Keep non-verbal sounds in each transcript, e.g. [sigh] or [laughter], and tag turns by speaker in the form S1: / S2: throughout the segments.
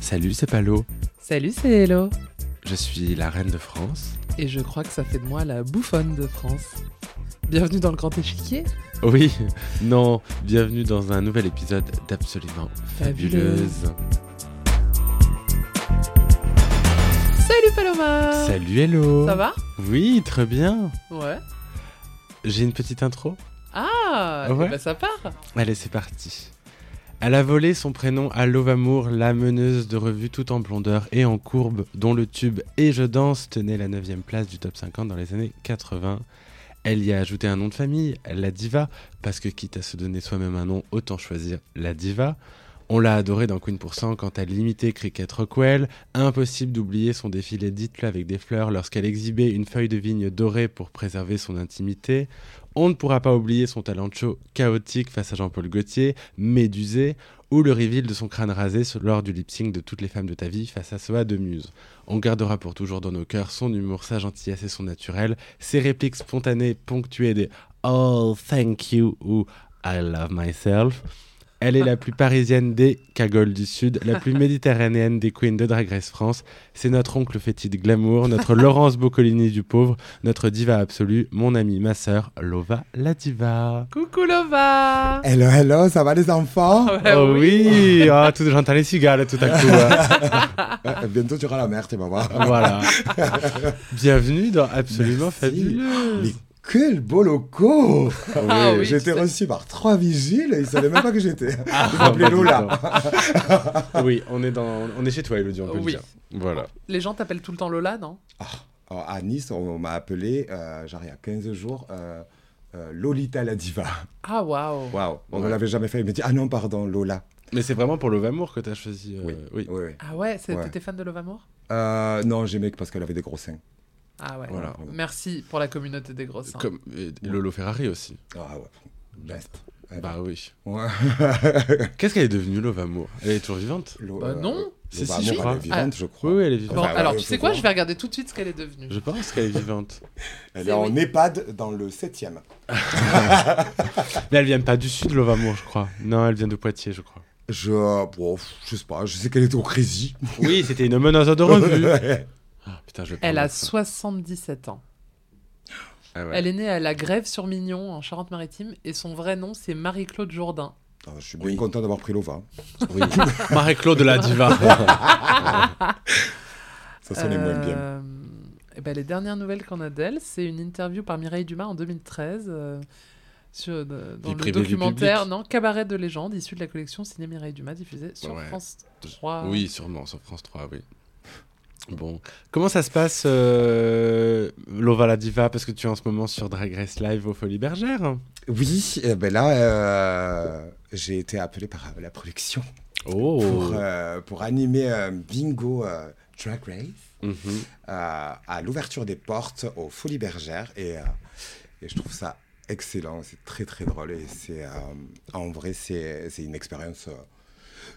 S1: Salut, c'est Palo.
S2: Salut, c'est Hello.
S1: Je suis la reine de France.
S2: Et je crois que ça fait de moi la bouffonne de France. Bienvenue dans le grand échiquier.
S1: Oui, non, bienvenue dans un nouvel épisode d'Absolument Fabuleuse.
S2: Salut Paloma.
S1: Salut, hello.
S2: Ça va
S1: Oui, très bien.
S2: Ouais.
S1: J'ai une petite intro.
S2: Ah, eh
S1: Ouais.
S2: ben, ça part.
S1: Allez, c'est parti. Elle a volé son prénom à Lovamour, la meneuse de revue tout en blondeur et en courbe, dont le tube Et je danse tenait la 9 place du top 50 dans les années 80. Elle y a ajouté un nom de famille, la diva, parce que quitte à se donner soi-même un nom, autant choisir la diva. On l'a adorée dans Queen pour cent quand elle imitait Cricket Rockwell. Impossible d'oublier son défilé Dites-le avec des fleurs lorsqu'elle exhibait une feuille de vigne dorée pour préserver son intimité. On ne pourra pas oublier son talent de show chaotique face à Jean-Paul Gaultier, médusé, ou le reveal de son crâne rasé sur- lors du lip-sync de Toutes les femmes de ta vie face à Soa de Muse. On gardera pour toujours dans nos cœurs son humour, sa gentillesse et son naturel, ses répliques spontanées ponctuées des Oh, thank you ou I love myself. Elle est la plus parisienne des cagoles du Sud, la plus méditerranéenne des queens de Drag Race France. C'est notre oncle fétide glamour, notre Laurence Boccolini du pauvre, notre diva absolue, mon amie, ma sœur, Lova la diva.
S2: Coucou Lova.
S3: Hello, hello, ça va les enfants
S2: Ah ouais,
S1: Eh, oh oui, Ah, tout- j'entends les cigales tout à coup. hein.
S3: Euh, Bientôt tu auras la merde, tu vas voir.
S1: voilà. Bienvenue dans Absolument
S3: Merci.
S1: Fabuleuse.
S3: Mais quel beau locaux
S2: Ah oui,
S3: J'ai
S2: tu
S3: été
S2: sais.
S3: reçu par trois vigiles, ils savaient même pas que j'étais. [laughs]
S1: Ah,
S3: Ils m'appelaient
S1: bah,
S3: Lola.
S1: dis donc. [laughs] oui, on est dans, on est chez toi, Elodie, on peut
S2: Oui.
S1: le dire. Voilà.
S2: Les gens t'appellent tout le temps Lola, non
S3: Alors, Oh, à Nice, on, on m'a appelé, euh, genre il y a 15 jours, euh, euh, Lolita la diva.
S2: Ah waouh.
S3: Waouh, on ne
S1: Ouais.
S3: l'avait jamais fait. Il me dit, ah non, pardon, Lola.
S1: Mais c'est vraiment pour Love Amour que t'as choisi. euh,
S3: Oui.
S1: oui.
S3: Oui, oui.
S2: Ah ouais, c'est-
S3: Ouais.
S2: t'étais fan de Lova Moore
S3: Euh, non, j'aimais que parce qu'elle avait des gros seins.
S2: Ah ouais.
S1: Voilà.
S2: Merci pour la communauté des grosses. hein.
S1: Comme et Lolo Ferrari aussi.
S3: Ah ouais, best. Ouais.
S1: Bah oui.
S3: Ouais.
S1: Qu'est-ce qu'elle est devenue Love Amour Elle est toujours vivante
S3: Lo-
S2: Bah
S3: euh,
S2: non.
S1: Si, si,
S3: Bah, Amour,
S1: je
S3: elle
S1: crois.
S3: est vivante, je crois.
S1: Oui, oui, elle est vivante.
S2: Bon,
S3: Enfin,
S2: alors
S3: ouais,
S2: tu sais
S3: je
S2: quoi
S3: vois.
S2: Je vais regarder tout de suite ce qu'elle est devenue.
S1: Je pense qu'elle est vivante.
S3: Elle
S2: C'est
S3: est en
S2: oui.
S3: EHPAD dans le 7e.
S1: Mais elle vient pas du sud, Love Amour, je crois. Non, elle vient de Poitiers, je crois.
S3: Je, euh, bon, je sais pas, je sais qu'elle est au Crécy.
S1: Oui, c'était une menace de revue. [laughs] Ah, putain, je vais
S2: Elle
S1: prendre
S2: a
S1: ça.
S2: 77 ans.
S1: Ah ouais.
S2: Elle est née à La Grève-sur-Mignon, en Charente-Maritime, et son vrai nom, c'est Marie-Claude Jourdain.
S3: Ah, je suis
S1: Oui.
S3: bien content d'avoir pris Lova.
S1: Oui. [laughs] Marie-Claude la diva.
S2: [laughs]
S3: Ça sonnait moins bien.
S2: Euh, eh ben, les dernières nouvelles qu'on a d'elle, c'est une interview par Mireille Dumas en 2013 euh, sur, euh, dans
S1: Vie
S2: le
S1: privée, vie
S2: documentaire
S1: publique.
S2: non, Cabaret de légende, issu de la collection Ciné Mireille Dumas, diffusée sur
S1: Ouais.
S2: France 3.
S1: Oui, sûrement, sur France 3, oui. Bon, comment ça se passe, euh, Lova la diva, parce que tu es en ce moment sur Drag Race Live aux Folies Bergères
S3: Oui, eh ben là, euh, j'ai été appelé par euh, la production
S1: Oh
S3: pour, euh, pour animer un bingo euh, Drag Race
S1: Mhm.
S3: euh, à l'ouverture des portes aux Folies Bergères. Et, euh, et je trouve ça excellent, c'est très très drôle. Et c'est, euh, en vrai, c'est c'est une expérience euh,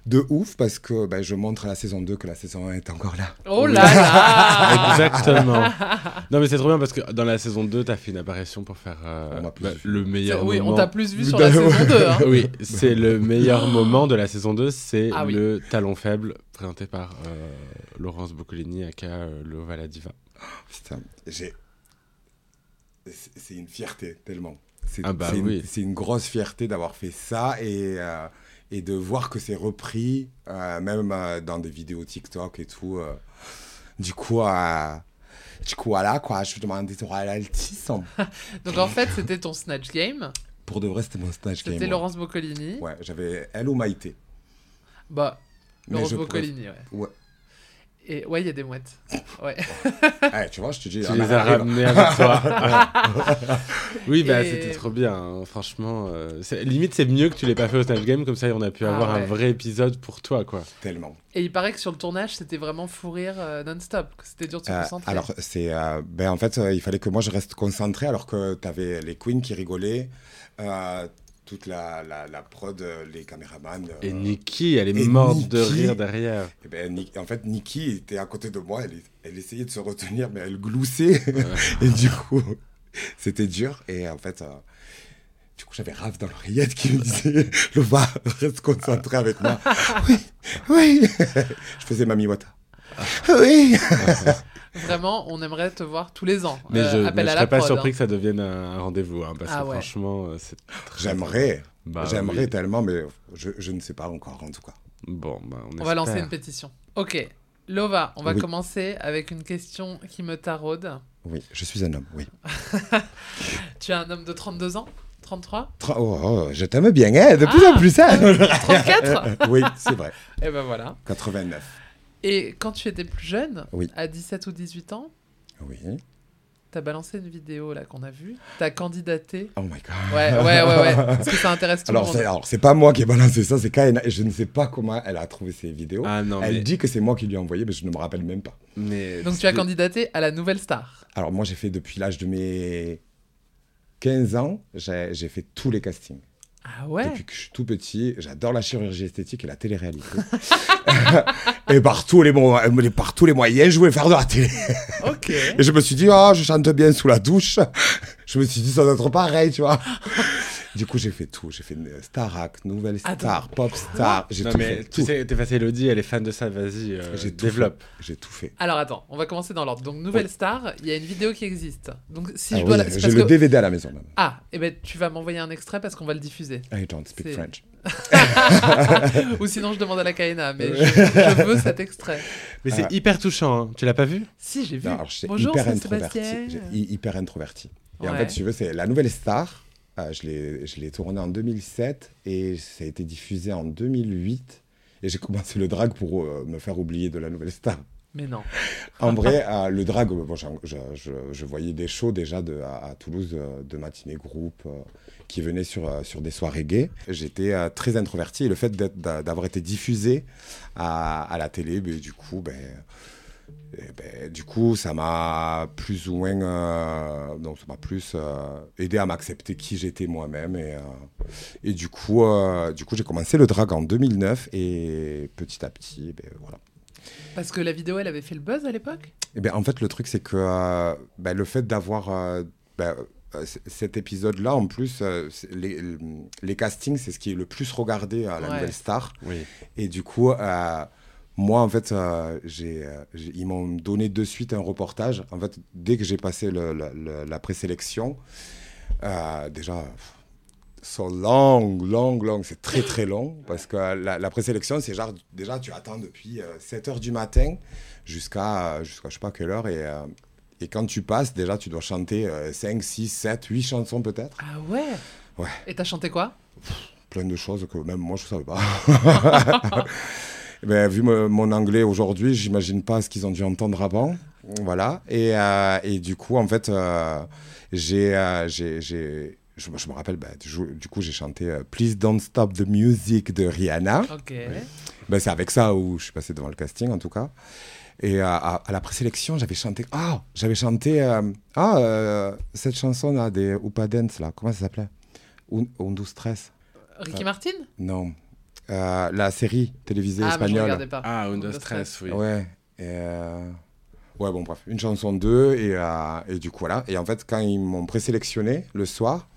S3: de ouf parce que ben, je montre à la saison 2 que la saison 1 est encore là.
S2: Oh là
S3: [laughs]
S2: là
S1: Ah.
S2: [laughs]
S1: Exactement. non, mais c'est trop bien parce que dans la saison 2, t'as fait une apparition pour faire euh,
S3: On m'a plus
S1: bah,
S3: vu.
S1: le meilleur
S2: Oui, on
S1: moment.
S2: t'a plus vu sur
S3: bah
S2: la saison 2.
S3: [laughs]
S2: hein.
S1: Oui, c'est le meilleur moment de la saison 2, c'est
S2: Ah oui.
S1: le talon faible présenté par euh, Laurence Boccolini, aka euh, Lova la diva.
S3: Putain, j'ai. C'est c'est une fierté, tellement. C'est
S1: Ah bah
S3: c'est une-
S1: oui.
S3: c'est une, grosse fierté d'avoir fait ça et, euh, et de voir que c'est repris, euh, même euh, dans des vidéos TikTok et tout. euh. Du coup, euh, du coup, voilà, quoi, je me demandais ton ralenti
S2: Donc en fait, c'était ton Snatch Game,
S3: hein. Pour de vrai, c'était mon stage game.
S2: c'était
S3: ouais.
S2: Laurence Boccolini.
S3: Ouais, j'avais elle ou Maïté.
S2: Bah,
S3: Mais
S2: Laurence
S3: je pourrais-
S2: Boccolini, ouais.
S3: Ouais.
S2: Et ouais, il y a des mouettes. Ouais.
S3: Eh, tu vois, je te dis.
S1: Tu
S3: on
S1: les as
S3: arrive.
S1: ramenés avec [laughs] toi. oui, bah
S2: Et-
S1: c'était trop bien. hein. Franchement, euh, c'est- limite c'est mieux que tu l'aies pas fait au Snatch Game, comme ça on a pu
S2: Ah
S1: avoir
S2: ouais.
S1: un vrai épisode pour toi, quoi.
S3: Tellement.
S2: Et il paraît que sur le tournage, c'était vraiment fou rire euh, non-stop. que C'était dur de se
S3: Euh,
S2: concentrer.
S3: alors, c'est. euh, ben, en fait, euh, il fallait que moi je reste concentré alors que tu avais les queens qui rigolaient, euh, toute la, la, la prod, euh, les caméramans. euh,
S1: Ah. Et Nikki, elle est
S3: Et
S1: morte de
S3: Nikki.
S1: rire derrière.
S3: eh ben, Ni- en fait, Nikki était à côté de moi, elle, elle essayait de se retenir, [laughs] mais elle gloussait. et du coup, c'était dur. Et en fait, euh, Du coup, j'avais Raph dans l'oreillette qui me disait [laughs] Lova, reste concentré avec moi. Oui, oui. [laughs] je faisais Mamie Wata. Oui.
S2: Vraiment, on aimerait te voir tous les ans.
S1: Mais
S2: Euh,
S1: je
S2: appel
S1: ne
S2: à
S1: serais
S2: la
S1: pas
S2: prod,
S1: surpris
S2: hein.
S1: que ça devienne un, un rendez-vous, hein, parce
S2: Ah
S1: que
S2: ouais.
S1: franchement, euh, c'est très-
S3: J'aimerais.
S1: Bah,
S3: J'aimerais
S1: oui.
S3: tellement, mais je, je ne sais pas encore, en tout cas.
S1: Bon, bah, on,
S2: On va lancer
S1: espère.
S2: une pétition. Ok. Lova, on va
S3: Oui.
S2: commencer avec une question qui me taraude.
S3: Oui, je suis un homme, oui.
S2: Tu es un homme de 32 ans 33
S3: Tra- oh, oh, je t'aime bien, hein, de plus
S2: Ah.
S3: en
S2: [laughs]
S3: plus. hein.
S1: [laughs]
S2: 34
S3: [laughs] oui, c'est vrai.
S2: Et ben voilà.
S3: 89.
S2: Et quand tu étais plus jeune,
S3: Oui.
S2: à 17 ou 18 ans,
S3: Oui.
S2: t'as balancé une vidéo là qu'on a vue. T'as candidaté.
S3: Oh my god.
S2: Ouais, ouais, ouais, ouais. Parce que ça intéresse tout
S3: Alors,
S2: le
S3: c'est,
S2: monde.
S3: alors, c'est pas moi qui ai balancé ça, c'est Kaina. Et Je ne sais pas comment elle a trouvé ces vidéos.
S1: Ah non,
S3: elle
S1: mais,
S3: dit que c'est moi qui lui ai envoyé, mais je ne me rappelle même pas.
S1: mais-
S2: Donc tu as candidaté à la nouvelle star.
S3: Alors, moi, j'ai fait depuis l'âge de mes 15 ans, j'ai, j'ai fait tous les castings.
S2: Ah ouais
S3: Depuis que je suis tout petit, j'adore la chirurgie esthétique et la télé-réalité. [laughs] et par tous, les, mo- les- par tous les moyens, je voulais faire de la télé.
S2: Ok.
S3: Et je me suis dit, ah, je chante bien sous la douche. [laughs] Je me suis dit, ça doit être pareil, tu vois. du coup, j'ai fait tout. J'ai fait euh, Starac, Nouvelle Star, Pop Star. J'ai
S1: Non,
S3: tout
S1: mais
S3: fait.
S1: tu
S3: tout.
S1: sais, t'es passé Elodie, elle est fan de ça, vas-y, euh,
S3: J'ai tout
S1: développe.
S3: fait. J'ai tout fait.
S2: Alors attends, on va commencer dans l'ordre. Donc nouvelle star, il y a une vidéo qui existe. Donc si
S3: Ah
S2: je
S3: oui,
S2: dois, la- c'est
S3: J'ai
S2: parce
S3: le
S2: que-
S3: DVD à la maison, même.
S2: ah, et ben tu vas m'envoyer un extrait parce qu'on va le diffuser.
S3: I don't speak
S2: C'est-
S3: French.
S2: Ou sinon je demande à la Kaina, mais
S3: [laughs]
S2: je, je veux cet extrait.
S1: Mais c'est
S3: Ah.
S1: hyper touchant, hein. tu l'as pas vu
S2: Si j'ai vu.
S3: Non, alors, j'étais
S2: Bonjour,
S3: hyper
S2: c'est
S3: introverti.
S2: Sébastien.
S3: J'ai hy- hyper introverti. Et en
S2: Ouais.
S3: fait, si tu veux, c'est la nouvelle star. euh, je l'ai- je l'ai tournée en 2007 et ça a été diffusé en 2008. Et j'ai commencé le drag pour euh, me faire oublier de la nouvelle star.
S2: Mais non.
S3: En vrai, euh, le drag, euh, bon, j'en- je, je- je voyais des shows déjà de, à, à Toulouse euh, de matinée groupe euh, qui venaient sur, euh, sur des soirées gays. J'étais euh, très introverti et le fait d'être- d'a- d'avoir été diffusé à, à la télé, ben, du coup, ben, eh ben, du coup, ça m'a plus ou moins, euh, donc ça m'a plus euh, aidé à m'accepter qui j'étais moi-même et, euh, et du coup, euh, du coup, j'ai commencé le drag en 2009 et petit à petit, ben, voilà.
S2: Parce que la vidéo, elle avait fait le buzz à l'époque
S3: Eh ben, en fait, le truc, c'est que euh, ben, le fait d'avoir euh, ben, euh, c- cet épisode-là, en plus, euh, c'est- les, les castings, c'est ce qui est le plus regardé à la
S2: Ouais.
S3: Nouvelle Star.
S1: Oui.
S3: Et du coup, euh, moi, en fait, euh, j'ai, euh, j'ai- ils m'ont donné de suite un reportage. En fait, dès que j'ai passé le- le- le- la présélection, euh, déjà, pff, sont long, long, long. C'est très, très long. Parce que la, la présélection, c'est genre, déjà, tu attends depuis 7 h du matin jusqu'à, euh, jusqu'à je sais pas quelle heure. Et, euh, et quand tu passes, déjà, tu dois chanter euh, 5, 6, 7, 8 chansons peut-être.
S2: Ah ouais
S3: Ouais.
S2: Et t'as chanté quoi
S3: plein de choses que même moi je ne savais pas. [laughs] Eh ben, vu me- mon anglais aujourd'hui, j'imagine pas ce qu'ils ont dû entendre avant. Voilà. Et, euh, et du coup, en fait, euh, j'ai, euh, j'ai, j'ai- je, me- je me rappelle, bah, du, jou- du coup, j'ai chanté euh, Please Don't Stop the Music de Rihanna.
S2: Ok.
S3: Ben, c'est avec ça où je suis passé devant le casting, en tout cas. Et euh, à, à la présélection, j'avais chanté. Ah J'avais chanté. euh, ah euh, Cette chanson-là, des Upa Dance, là. Comment ça s'appelait Un- Undo Stress. Ah.
S2: Ricky Martin
S3: Non. Euh, la série télévisée
S2: Ah, mais je regardais
S3: espagnole.
S2: pas.
S1: Ah,
S2: Under
S1: Under
S2: Stress.
S1: Stress, oui.
S3: Ouais. Et, euh, Ouais, bon, bref. Une chanson d'eux. Et, euh, et du coup, voilà. Et en fait, quand ils m'ont présélectionné le soir,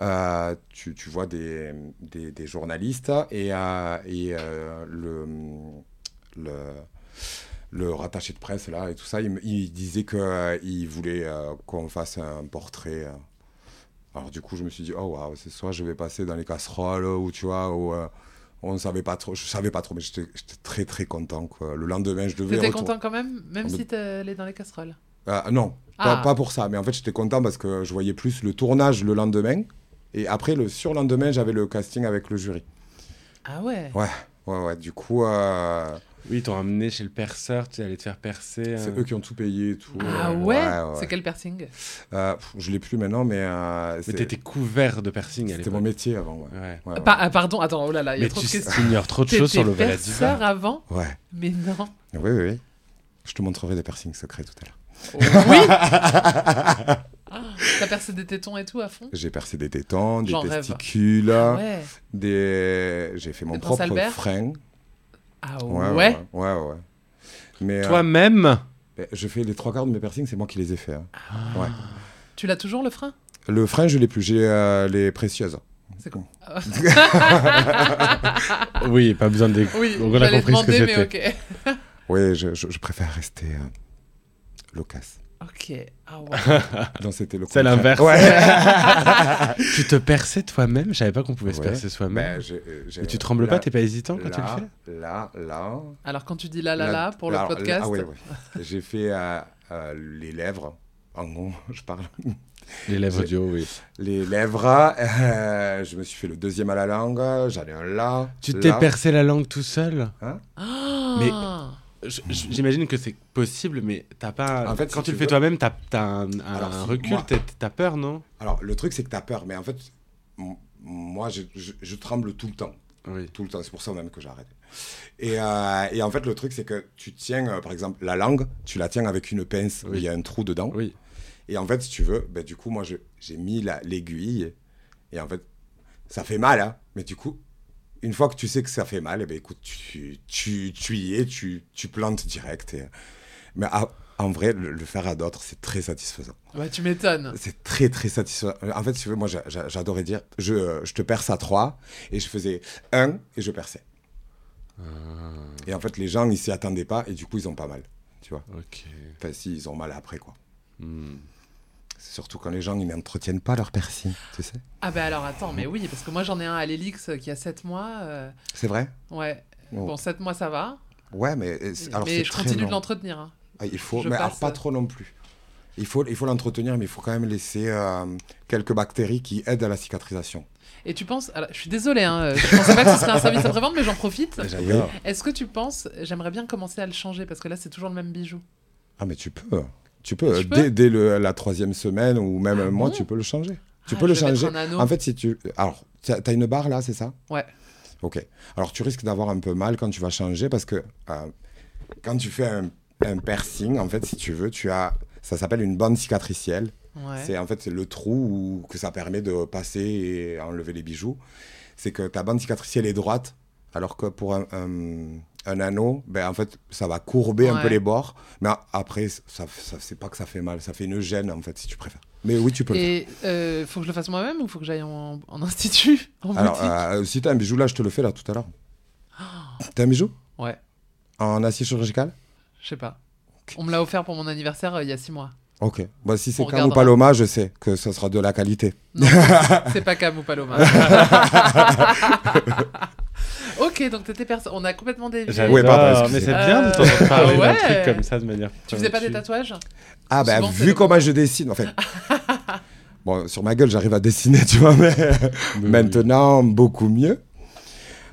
S3: euh, tu, tu vois des, des, des journalistes et, euh, et euh, le. le le rattaché de presse là et tout ça, il, me- il disait que euh, il voulait euh, qu'on fasse un portrait. euh. Alors du coup, je me suis dit oh waouh, c'est soit je vais passer dans les casseroles ou tu vois ou euh, on ne savait pas trop, je savais pas trop, mais j'étais j'étais très très content quoi. Le lendemain, je devais
S2: T'étais
S3: retourner-
S2: content quand même, même
S3: Ah,
S2: si t'allais dans les casseroles
S3: Euh, non,
S2: Ah.
S3: pas, pas pour ça, mais en fait j'étais content parce que je voyais plus le tournage le lendemain et après le surlendemain j'avais le casting avec le jury.
S2: Ah ouais
S3: Ouais ouais, du coup euh,
S1: Oui, ils t'ont amené chez le perceur, tu allais te faire percer.
S3: c'est
S1: hein.
S3: eux qui ont tout payé et tout.
S2: Ah
S3: Euh,
S2: ouais,
S3: ouais.
S2: C'est quel piercing
S3: Euh, pff, je l'ai plus maintenant, mais, euh,
S1: Mais
S3: c'est-
S1: t'étais couvert de piercing à
S3: c'était
S1: l'époque.
S3: mon métier avant. Ouais.
S1: Ouais.
S3: Ouais, ouais.
S2: Pas- ah, Pardon, attends, oh là là, il y a
S1: Mais
S2: trop
S1: tu
S2: de questions.
S1: ignores trop de
S2: T'étais
S1: choses sur le Val
S2: perceur avant
S3: Ouais.
S2: Mais non.
S3: Oui, oui, oui. Je te montrerai des piercings secrets tout à l'heure.
S2: Oui Ah, T'as percé des tétons et tout à fond
S3: J'ai percé des tétons, des
S2: J'en rêve. Ah
S3: testicules,
S2: Ouais.
S3: des... j'ai fait mon
S2: Prince
S3: propre
S2: Albert
S3: frein.
S2: Ah
S3: Ouais,
S2: ouais,
S3: ouais. ouais, ouais. Mais euh, eh,
S1: Toi-même
S3: je fais les trois quarts de mes piercings, c'est moi qui les ai faits. hein. Ouais.
S2: Tu l'as toujours le frein
S3: Le frein, je l'ai plus. J'ai euh, les précieuses.
S2: C'est quoi
S1: Oui, pas besoin de.
S3: [laughs]
S2: Oui,
S1: Donc, on a
S2: j'allais
S1: compris ce que
S2: demander, mais ok.
S3: Oui, je, je- je préfère rester euh, loquace.
S2: Ok. Ah
S3: [laughs]
S2: ouais.
S3: Non, c'était le
S1: C'est
S3: contraire.
S1: l'inverse.
S3: [laughs] Ouais.
S1: tu te perçais toi-même Je savais pas qu'on pouvait se
S3: Ouais.
S1: percer soi-même.
S3: Ben, j'ai- euh, j'ai-
S1: Et tu trembles
S3: là,
S1: pas T'es pas hésitant quand tu le
S3: là,
S1: fais
S3: Là, là.
S2: Alors quand tu dis Ah là là là pour le
S3: alors, là,
S2: podcast,
S3: ah oui, [laughs] oui. J'ai fait euh, euh, les lèvres. En gros, je parle.
S1: Les lèvres
S3: J'ai-
S1: du haut, oui.
S3: Les lèvres. euh, je me suis fait le deuxième à la langue. J'en ai un là.
S1: Tu
S3: là.
S1: t'es percé la langue tout seul
S2: Ah
S1: Je- je- J'imagine que c'est possible, mais t'as pas.
S3: En fait,
S1: quand
S3: si
S1: tu le
S3: tu
S1: fais
S3: veux-
S1: toi-même, t'as t'as un, un
S3: Alors, si
S1: recul,
S3: moi-
S1: t'es- t'as peur, non
S3: Alors, le truc, c'est que tu as peur. Mais en fait, m- moi, je- je- je tremble tout le temps.
S1: Oui.
S3: tout le temps. C'est pour ça même que j'ai arrêté. Et, euh, et en fait, le truc, c'est que tu tiens, euh, par exemple, la langue, tu la tiens avec une pince où
S1: Oui.
S3: il y a un trou dedans.
S1: Oui.
S3: Et en fait, si tu veux, ben, du coup, moi, je- j'ai mis la- l'aiguille. et en fait, ça fait mal, hein. Mais du coup, une fois que tu sais que ça fait mal, eh ben, écoute, tu, tu, tu y es, tu, tu plantes direct. et- Mais à- en vrai, le, le faire à d'autres, c'est très satisfaisant.
S2: bah tu m'étonnes.
S3: C'est très très satisfaisant. En fait, si tu veux, moi j'a- j'a- j'adorais dire je, je te perce à 3 et je faisais 1 et je perçais.
S1: Ah,
S3: Et en fait, les gens, ils s'y attendaient pas et du coup, ils ont pas mal. Tu vois
S1: Ok.
S3: Enfin, si, ils ont mal après quoi.
S1: Hmm.
S3: C'est surtout quand les gens, ils n'entretiennent pas leur piercing, tu sais.
S2: Ah bah alors attends, mais oui, parce que moi j'en ai un à l'Elix qui a 7 mois. euh,
S3: C'est vrai
S2: Ouais.
S3: Oh.
S2: Bon, 7 mois ça va.
S3: Ouais, mais, euh, c'est- alors,
S2: Mm. mais
S3: c'est
S2: je
S3: très
S2: continue de
S3: long.
S2: l'entretenir. hein.
S3: Ah, Il faut,
S2: Je
S3: mais alors,
S2: passe.
S3: pas trop non plus. Il faut il faut l'entretenir, mais il faut quand même laisser euh, quelques bactéries qui aident à la cicatrisation.
S2: Et tu penses. Alors, je suis désolée, hein, je pensais pas que ce serait un service après-vente, mais j'en profite.
S3: J'adore.
S2: Est-ce que tu penses. J'aimerais bien commencer à le changer parce que là c'est toujours le même bijou.
S3: Ah, mais tu peux. Tu peux.
S2: Je peux
S3: dès dès le- la troisième semaine ou même
S2: Ah
S3: un mois,
S2: bon
S3: tu peux le changer. Tu
S2: Ah,
S3: peux le
S2: je vais mettre
S3: changer.
S2: un anneau.
S3: En fait, si tu. Alors, tu as une barre là, c'est ça
S2: Ouais.
S3: Ok. Alors, tu risques d'avoir un peu mal quand tu vas changer parce que euh, quand tu fais un, un piercing, en fait, si tu veux, tu as. Ça s'appelle une bande cicatricielle.
S2: Ouais.
S3: C'est en fait c'est le trou où- que ça permet de passer et enlever les bijoux. C'est que ta bande cicatricielle est droite, alors que pour un, un- un anneau, ben en fait, ça va courber un peu
S2: Ouais.
S3: les bords. Mais a- après, ça, ça c'est pas que ça fait mal, ça fait une gêne en fait, si tu préfères. Mais oui, tu peux. le faire.
S2: Et euh, faut que je le fasse moi-même ou faut que j'aille en, en institut [laughs] en
S3: Alors,
S2: boutique Oh.
S3: euh, si t'as un bijou là, je te le fais là tout à l'heure. T'as un bijou
S2: Ouais,
S3: En acier chirurgical
S2: je sais pas. On me l'a offert pour mon anniversaire euh, il y a 6
S3: [laughs]
S2: mois.
S3: Ok. Bah, si c'est
S2: On hein.
S3: Cam ou
S2: regardera.
S3: Paloma, je sais que ça sera de la qualité.
S2: Non, c'est pas Cam ou Paloma.
S3: [laughs]
S2: ok, donc t'étais personne. On a complètement dévié.
S1: J'adore,
S3: Ouais, pardon,
S1: mais c'est
S3: excusez.
S1: bien de t'entendre
S2: Euh,
S1: parler d'un
S2: ouais.
S1: truc comme ça de manière.
S2: Tu faisais pas des
S1: pointue.
S2: tatouages
S3: Ah ben
S2: Souvent, c'est le
S3: vu comment je dessine,
S2: [laughs]
S3: en fait. bon, sur ma gueule, j'arrive à dessiner, tu vois, mais [laughs]
S1: Mais
S3: maintenant, beaucoup mieux.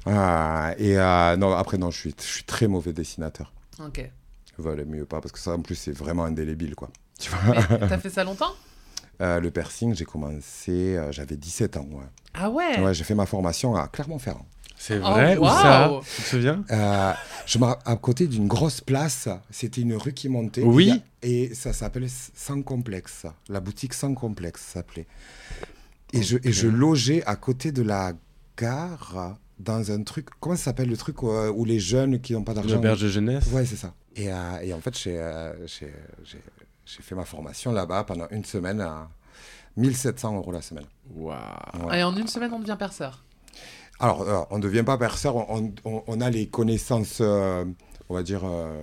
S3: Ah, et euh, non, après, non, je suis, je suis très mauvais dessinateur. [laughs]
S2: Ok.
S3: Vaut mieux pas, parce que ça, en plus, c'est vraiment indélébile, quoi. Tu vois
S2: Mais t'as fait ça longtemps
S3: Euh, Le piercing, j'ai commencé, euh, j'avais 17 ans, ouais.
S2: Ah ouais,
S3: Ouais, j'ai fait ma formation à Clermont-Ferrand.
S1: C'est
S2: Oh,
S1: vrai ou
S2: wow.
S1: ça Tu te souviens
S3: Euh, je me ra- à côté d'une grosse place, c'était une rue qui montait.
S1: Oui.
S3: Il y a- Et ça s'appelait S- Sans Complexe. La boutique Sans Complexe s'appelait. Et, je, et je logeais à côté de la gare dans un truc. Comment ça s'appelle le truc où, euh, où les jeunes qui n'ont pas d'argent.
S1: L'auberge de jeunesse
S3: Ouais, c'est ça. Et, euh, et en fait, j'ai euh, j'ai- j'ai- j'ai fait ma formation là-bas pendant une semaine à 1700 euros la semaine. [laughs]
S1: Waouh.
S3: Ouais.
S2: Et en une semaine, on devient perceur.
S3: Alors, euh, on ne devient pas perceur, on, on- on a les connaissances, euh, on va dire, euh,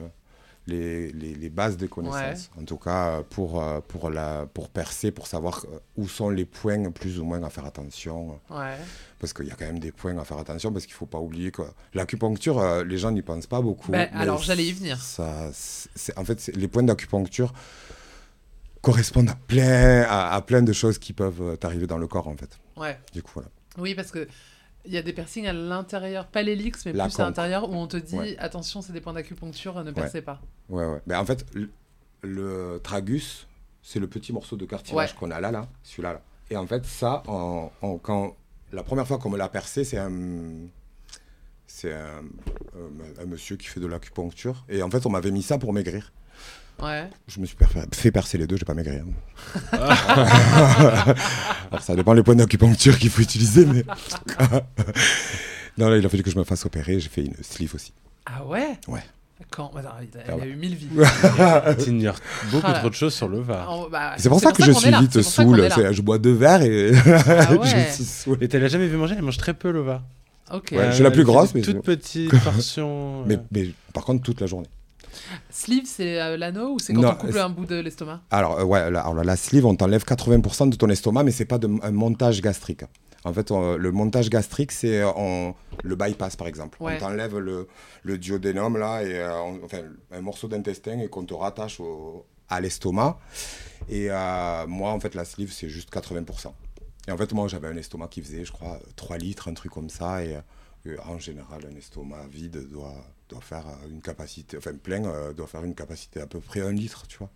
S3: les, les- les bases des connaissances, en tout cas, euh, pour, euh, pour, la, pour percer, pour savoir euh, où sont les points plus ou moins à faire attention.
S2: Ouais.
S3: Parce qu'il y a quand même des points à faire attention, parce qu'il ne faut pas oublier que l'acupuncture, euh, les gens n'y pensent pas beaucoup.
S2: Ben,
S3: mais
S2: alors, j'allais y venir.
S3: ça- c'est- en fait, c'est- les points d'acupuncture correspondent à plein, à, à plein de choses qui peuvent euh, t'arriver dans le corps, en fait.
S2: Ouais.
S3: Du coup, voilà.
S2: Oui, parce que il y a des piercings à l'intérieur, pas l'hélix, mais
S3: La
S2: plus à
S3: conque.
S2: l'intérieur, où on te dit
S3: Ouais.
S2: attention, c'est des points d'acupuncture, ne percez pas.
S3: Ouais, ouais. Ben, en fait, le, le tragus, c'est le petit morceau de cartilage
S2: Ouais.
S3: qu'on a là, là, celui-là. Là. Et en fait, ça, on- on- quand, la première fois qu'on me l'a percé, c'est un, c'est un, euh, un- un monsieur qui fait de l'acupuncture. Et en fait, on m'avait mis ça pour maigrir.
S2: Ouais.
S3: Je me suis perf- fait percer les deux, j'ai pas maigri. hein. Alors, ça dépend les points d'acupuncture qu'il faut utiliser, mais. [laughs] non, là, il a fallu que je me fasse opérer. J'ai fait une sleeve aussi.
S2: Ah ouais
S3: Ouais.
S2: Quand Attends, Il a,
S3: Ah
S2: il a
S3: ouais.
S2: eu mille vies.
S1: T'ignores beaucoup
S2: Ah là.
S1: trop de choses sur le VAR.
S2: On- bah,
S3: C'est pour ça que je
S2: qu'on est
S3: suis
S2: là,
S3: vite
S2: c'est pour ça qu'on
S3: saoul.
S2: est là.
S3: c'est- Je bois deux verres et
S2: Ah ouais.
S3: [laughs] je suis saoul.
S1: Et tu l'as jamais vu manger, elle mange très peu le VAR.
S2: Ok.
S3: Ouais, j'ai
S1: elle
S3: la plus
S1: fait des
S3: grosse, mais
S1: Toute
S3: sinon-
S1: petite portion.
S3: [laughs]
S1: euh,
S3: Mais, mais par contre, toute la journée.
S2: Sleeve, c'est euh, l'anneau ou c'est quand
S3: Non,
S2: on coupe
S3: c'est-
S2: un bout de l'estomac
S3: Alors, euh, ouais, la, alors la sleeve, on t'enlève 80% de ton estomac, mais c'est pas de, un montage gastrique. En fait, on- le montage gastrique, c'est euh, on- le bypass, par exemple.
S2: Ouais.
S3: On t'enlève le, le duodénum, là, et, euh, on- enfin, un morceau d'intestin, et qu'on te rattache au- à l'estomac. Et euh, moi, en fait, la sleeve, c'est juste 80%. Et en fait, moi, j'avais un estomac qui faisait, je crois, 3 litres, un truc comme ça. Et euh, en général, un estomac vide doit, doit faire euh, une capacité, enfin, plein, euh, doit faire une capacité à peu près 1 litre, tu vois.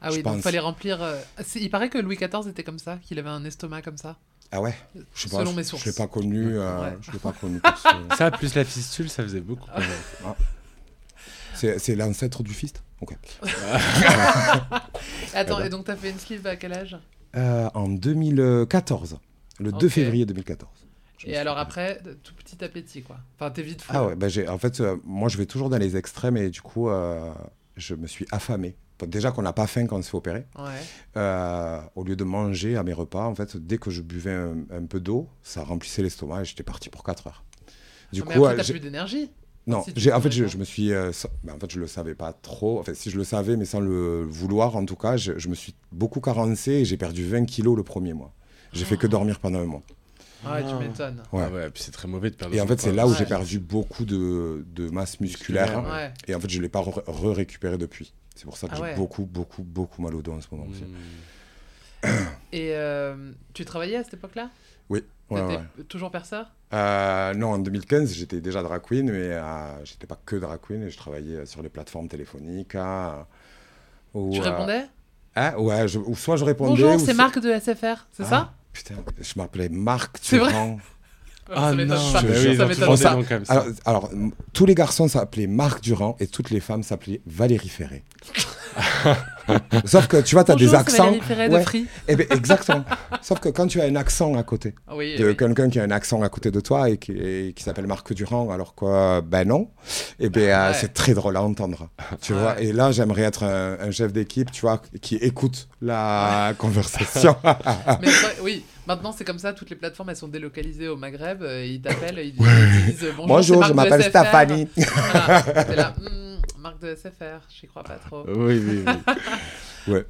S2: Ah
S3: Je
S2: oui, donc il
S3: pense.
S2: fallait remplir. euh, c'est- Il paraît que Louis XIV était comme ça, qu'il avait un estomac comme ça.
S3: Ah ouais Je sais pas,
S2: Selon
S3: je-
S2: mes sources.
S3: Je l'ai pas connu. euh,
S2: Ouais.
S3: Je l'ai pas connu.
S2: [laughs]
S3: pour ce-
S1: Ça, plus la fistule, ça faisait beaucoup. quand même.
S3: C'est c'est l'ancêtre du fist Ok.
S2: Attends,
S3: Eh ben.
S2: et donc t'as fait une sleeve à quel âge
S3: Euh, en 2014, le
S2: Ok.
S3: 2 février 2014. Je me
S2: Et
S3: suis-
S2: alors après, de- tout petit appétit quoi. Enfin, t'es vite fou.
S3: Ah ouais, bah j'ai- en fait, euh, moi je vais toujours dans les extrêmes et du coup, euh, je me suis affamé. Bon, Déjà qu'on n'a pas faim quand on se fait opérer.
S2: Ouais.
S3: Euh, au lieu de manger à mes repas, en fait, dès que je buvais un, un peu d'eau, ça remplissait l'estomac et j'étais parti pour 4 heures. Du
S2: mais
S3: coup,
S2: après,
S3: euh,
S2: t'as
S3: j'ai-
S2: plus d'énergie.
S3: Non,
S2: Si tu
S3: j'ai en fait,
S2: prenais
S3: je,
S2: pas.
S3: je me suis. euh, sa- ben, en fait, je le savais pas trop. Enfin, si je le savais, mais sans le vouloir, en tout cas, je, je me suis beaucoup carencé et j'ai perdu 20 kilos le premier mois. J'ai fait que dormir pendant un mois.
S2: Ah ouais, tu
S1: Ah.
S2: m'étonnes.
S3: Ouais.
S1: Ah ouais, puis c'est très mauvais de perdre
S3: Et en
S1: son
S3: fait, c'est
S1: poids.
S3: là où
S2: Ouais.
S3: j'ai perdu beaucoup de, de masse musculaire.
S1: Ouais.
S2: Ouais.
S3: Et en fait, je ne l'ai pas re- re-récupéré depuis. C'est pour ça que
S2: Ah
S3: j'ai
S2: ouais.
S3: beaucoup, beaucoup, beaucoup mal au dos en ce moment. aussi.
S1: Mm.
S2: Et euh, tu travaillais à cette époque-là
S3: Ouais, ouais.
S2: Mmh. T'étais toujours perceur
S3: Euh, non, en 2015, j'étais déjà drag queen, mais euh, j'étais pas que drag queen. et Je travaillais euh, sur les plateformes téléphoniques. hein, ou,
S2: Tu
S3: euh,
S2: répondais
S3: Ah ouais, je- ou soit je répondais. ou
S2: Bonjour, c'est
S3: soit-
S2: Marc de SFR, c'est
S3: Ah,
S2: ça
S3: Putain, je m'appelais Marc
S2: C'est vrai [laughs]
S3: Durand.
S1: Ah
S2: Ça m'étonne
S1: non,
S2: pas.
S3: je te
S1: bah
S3: jure,
S1: oui, ils
S2: ça
S1: ont
S2: m'étonne
S1: toujours
S2: pas.
S1: des noms comme ça.
S3: Alors, alors, m- tous les garçons s'appelaient Marc Durand et toutes les femmes s'appelaient
S2: [laughs]
S3: Valérie Ferré. Sauf que tu vois, tu as
S2: Bonjour,
S3: des
S2: c'est
S3: accents.
S2: Valérie Ferret de
S3: Ouais.
S2: Free.
S3: Eh ben, exactement. Sauf que quand tu as un accent à côté,
S2: Ah oui,
S3: de
S2: oui.
S3: quelqu'un qui a un accent à côté de toi et qui, et qui s'appelle Marc Durand, alors que, ben non, eh ben, euh,
S2: Ah Ouais.
S3: c'est très drôle à entendre. Tu
S2: Ouais.
S3: vois, et là, j'aimerais être un, un chef d'équipe, tu vois, qui écoute la
S2: [laughs]
S3: conversation.
S2: Mais c'est vrai, oui, maintenant c'est comme ça, toutes les plateformes elles sont délocalisées au Maghreb, euh, ils t'appellent, ils, ils disent euh, bonjour,
S3: Bonjour,
S2: c'est
S3: je
S2: Marc de
S3: m'appelle
S2: SFR.
S3: Stéphanie.
S2: Voilà. T'es
S3: [laughs]
S2: là, hmm, Marc de SFR, j'y crois pas
S3: Euh,
S2: trop.
S1: Oui, oui, oui. [laughs]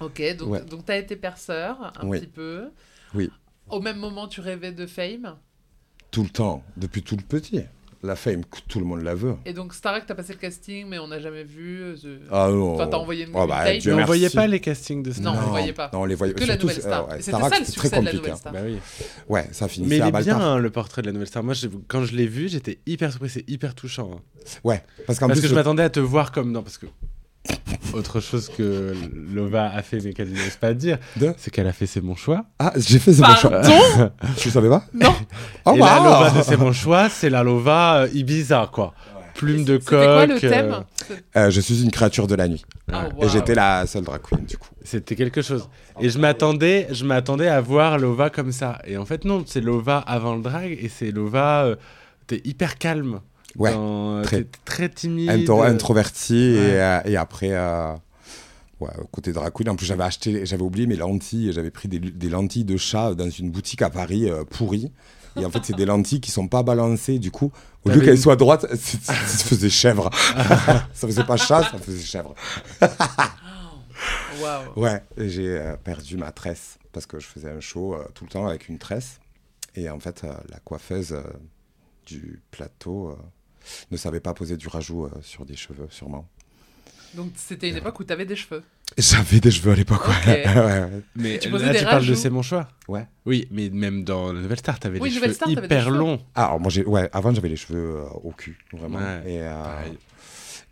S2: Ok, donc,
S3: Ouais.
S2: donc t'as été perceur un
S3: Oui.
S2: petit peu.
S3: Oui.
S2: Au même moment, tu rêvais de fame.
S3: Tout le temps, depuis tout le petit. La fame, tout le monde la veut.
S2: Et donc Starac, t'as passé le casting, mais on n'a jamais vu. euh, the-
S3: Ah non.
S2: Enfin, t'as envoyé une,
S3: Oh,
S2: une
S3: bah,
S2: tape.
S1: Mais
S3: Dieu
S1: on voyait
S3: merci.
S1: pas les castings de Star
S2: Non, on
S1: Wars.
S2: les voyait pas.
S3: Non, on les voyait
S2: Que la nouvelle star.
S3: euh, ouais,
S2: Et c'était
S3: Starac,
S2: ça le
S3: c'était
S2: succès de la nouvelle
S3: compliqué. hein.
S2: star.
S1: Bah oui.
S3: Ouais, ça finissait
S1: Mais il
S3: à
S1: est
S3: Baltar.
S1: bien hein, le portrait de la nouvelle star. Moi, je- quand je l'ai vu, j'étais hyper surpris. C'est hyper touchant. hein.
S3: Ouais, parce qu'en
S1: Parce
S3: plus,
S1: que je
S3: le-
S1: m'attendais à te voir comme. Non, parce que. Autre chose que Lova a fait, mais qu'elle n'ose pas dire,
S3: De
S1: c'est qu'elle a fait C'est mon choix.
S3: ah, j'ai fait ce bon choix.
S2: Pardon
S3: [laughs] Tu savais pas
S2: Bah, Non.
S3: Oh,
S1: Et bah, la
S3: waouh
S1: Lova de C'est mon choix, c'est la Lova euh, Ibiza, quoi. Plume de coq.
S2: C'était quoi le thème
S1: euh,
S2: C'est-
S3: Euh, Je suis une créature de la nuit.
S2: Ah,
S1: ouais.
S2: wow.
S3: Et j'étais la seule drag queen, du coup.
S1: C'était quelque chose. Et je m'attendais, je m'attendais à voir Lova comme ça. Et en fait, non, c'est Lova avant le drag et c'est Lova. euh, t'es hyper calme.
S3: Ouais.
S1: Dans- euh,
S3: très.
S1: t'es très timide. euh,
S3: Intro- introverti
S1: Ouais.
S3: et, euh, et après. euh, Ouais, côté drag queen. En plus, j'avais acheté, j'avais oublié mes lentilles. J'avais pris des, des lentilles de chat dans une boutique à Paris euh, pourrie. Et en fait, c'est des lentilles qui sont pas balancées. Du coup, au lieu
S1: T'avais
S3: qu'elles
S1: une-
S3: soient droites, [laughs] c'est- ça faisait chèvre. [laughs] ça faisait pas chat, ça faisait chèvre.
S2: Waouh.
S3: Ouais, et j'ai euh, perdu ma tresse parce que je faisais un show euh, tout le temps avec une tresse. Et en fait, euh, la coiffeuse euh, du plateau euh, ne savait pas poser du rajout euh, sur des cheveux, sûrement.
S2: Donc c'était une époque où t'avais des
S3: [laughs]
S2: cheveux.
S3: J'avais des cheveux à l'époque, [laughs] ouais.
S2: Ok.
S3: Ouais, ouais.
S1: Mais
S2: tu
S1: tu
S2: posais
S1: là,
S2: des
S1: tu parles de
S2: rajouts.
S1: C'est mon choix.
S3: Ouais.
S1: Oui, mais même dans la Nouvelle Star, t'avais
S2: Oui,
S1: les
S2: Nouvelle
S1: cheveux
S2: Star, t'avais des
S1: hyper
S2: cheveux.
S1: longs.
S3: Ah, Alors, moi, j'ai- ouais, avant, j'avais les cheveux euh, au cul, vraiment.
S1: Ouais,
S3: et, euh,
S1: pareil.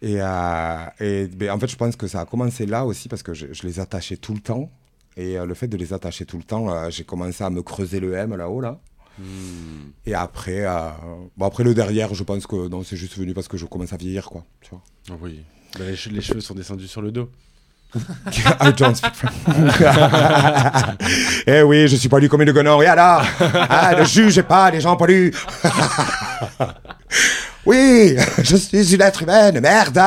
S3: et, euh, et, ben, en fait, je pense que ça a commencé là aussi parce que je, je les attachais tout le temps. Et euh, le fait de les attacher tout le temps, euh, j'ai commencé à me creuser le M là-haut, là.
S1: Hmm.
S3: Et après, euh, bon, après le derrière, je pense que non, c'est juste venu parce que je commence à vieillir, quoi. Tu vois.
S1: Oui. Bah, les, che- les cheveux sont descendus sur le dos.
S3: [laughs] I don't speak French. [laughs] eh oui, je suis pas lu comme une gonorrhée, alors Ah, ne jugez pas les gens pollues [laughs] Oui, je suis une être humaine, merde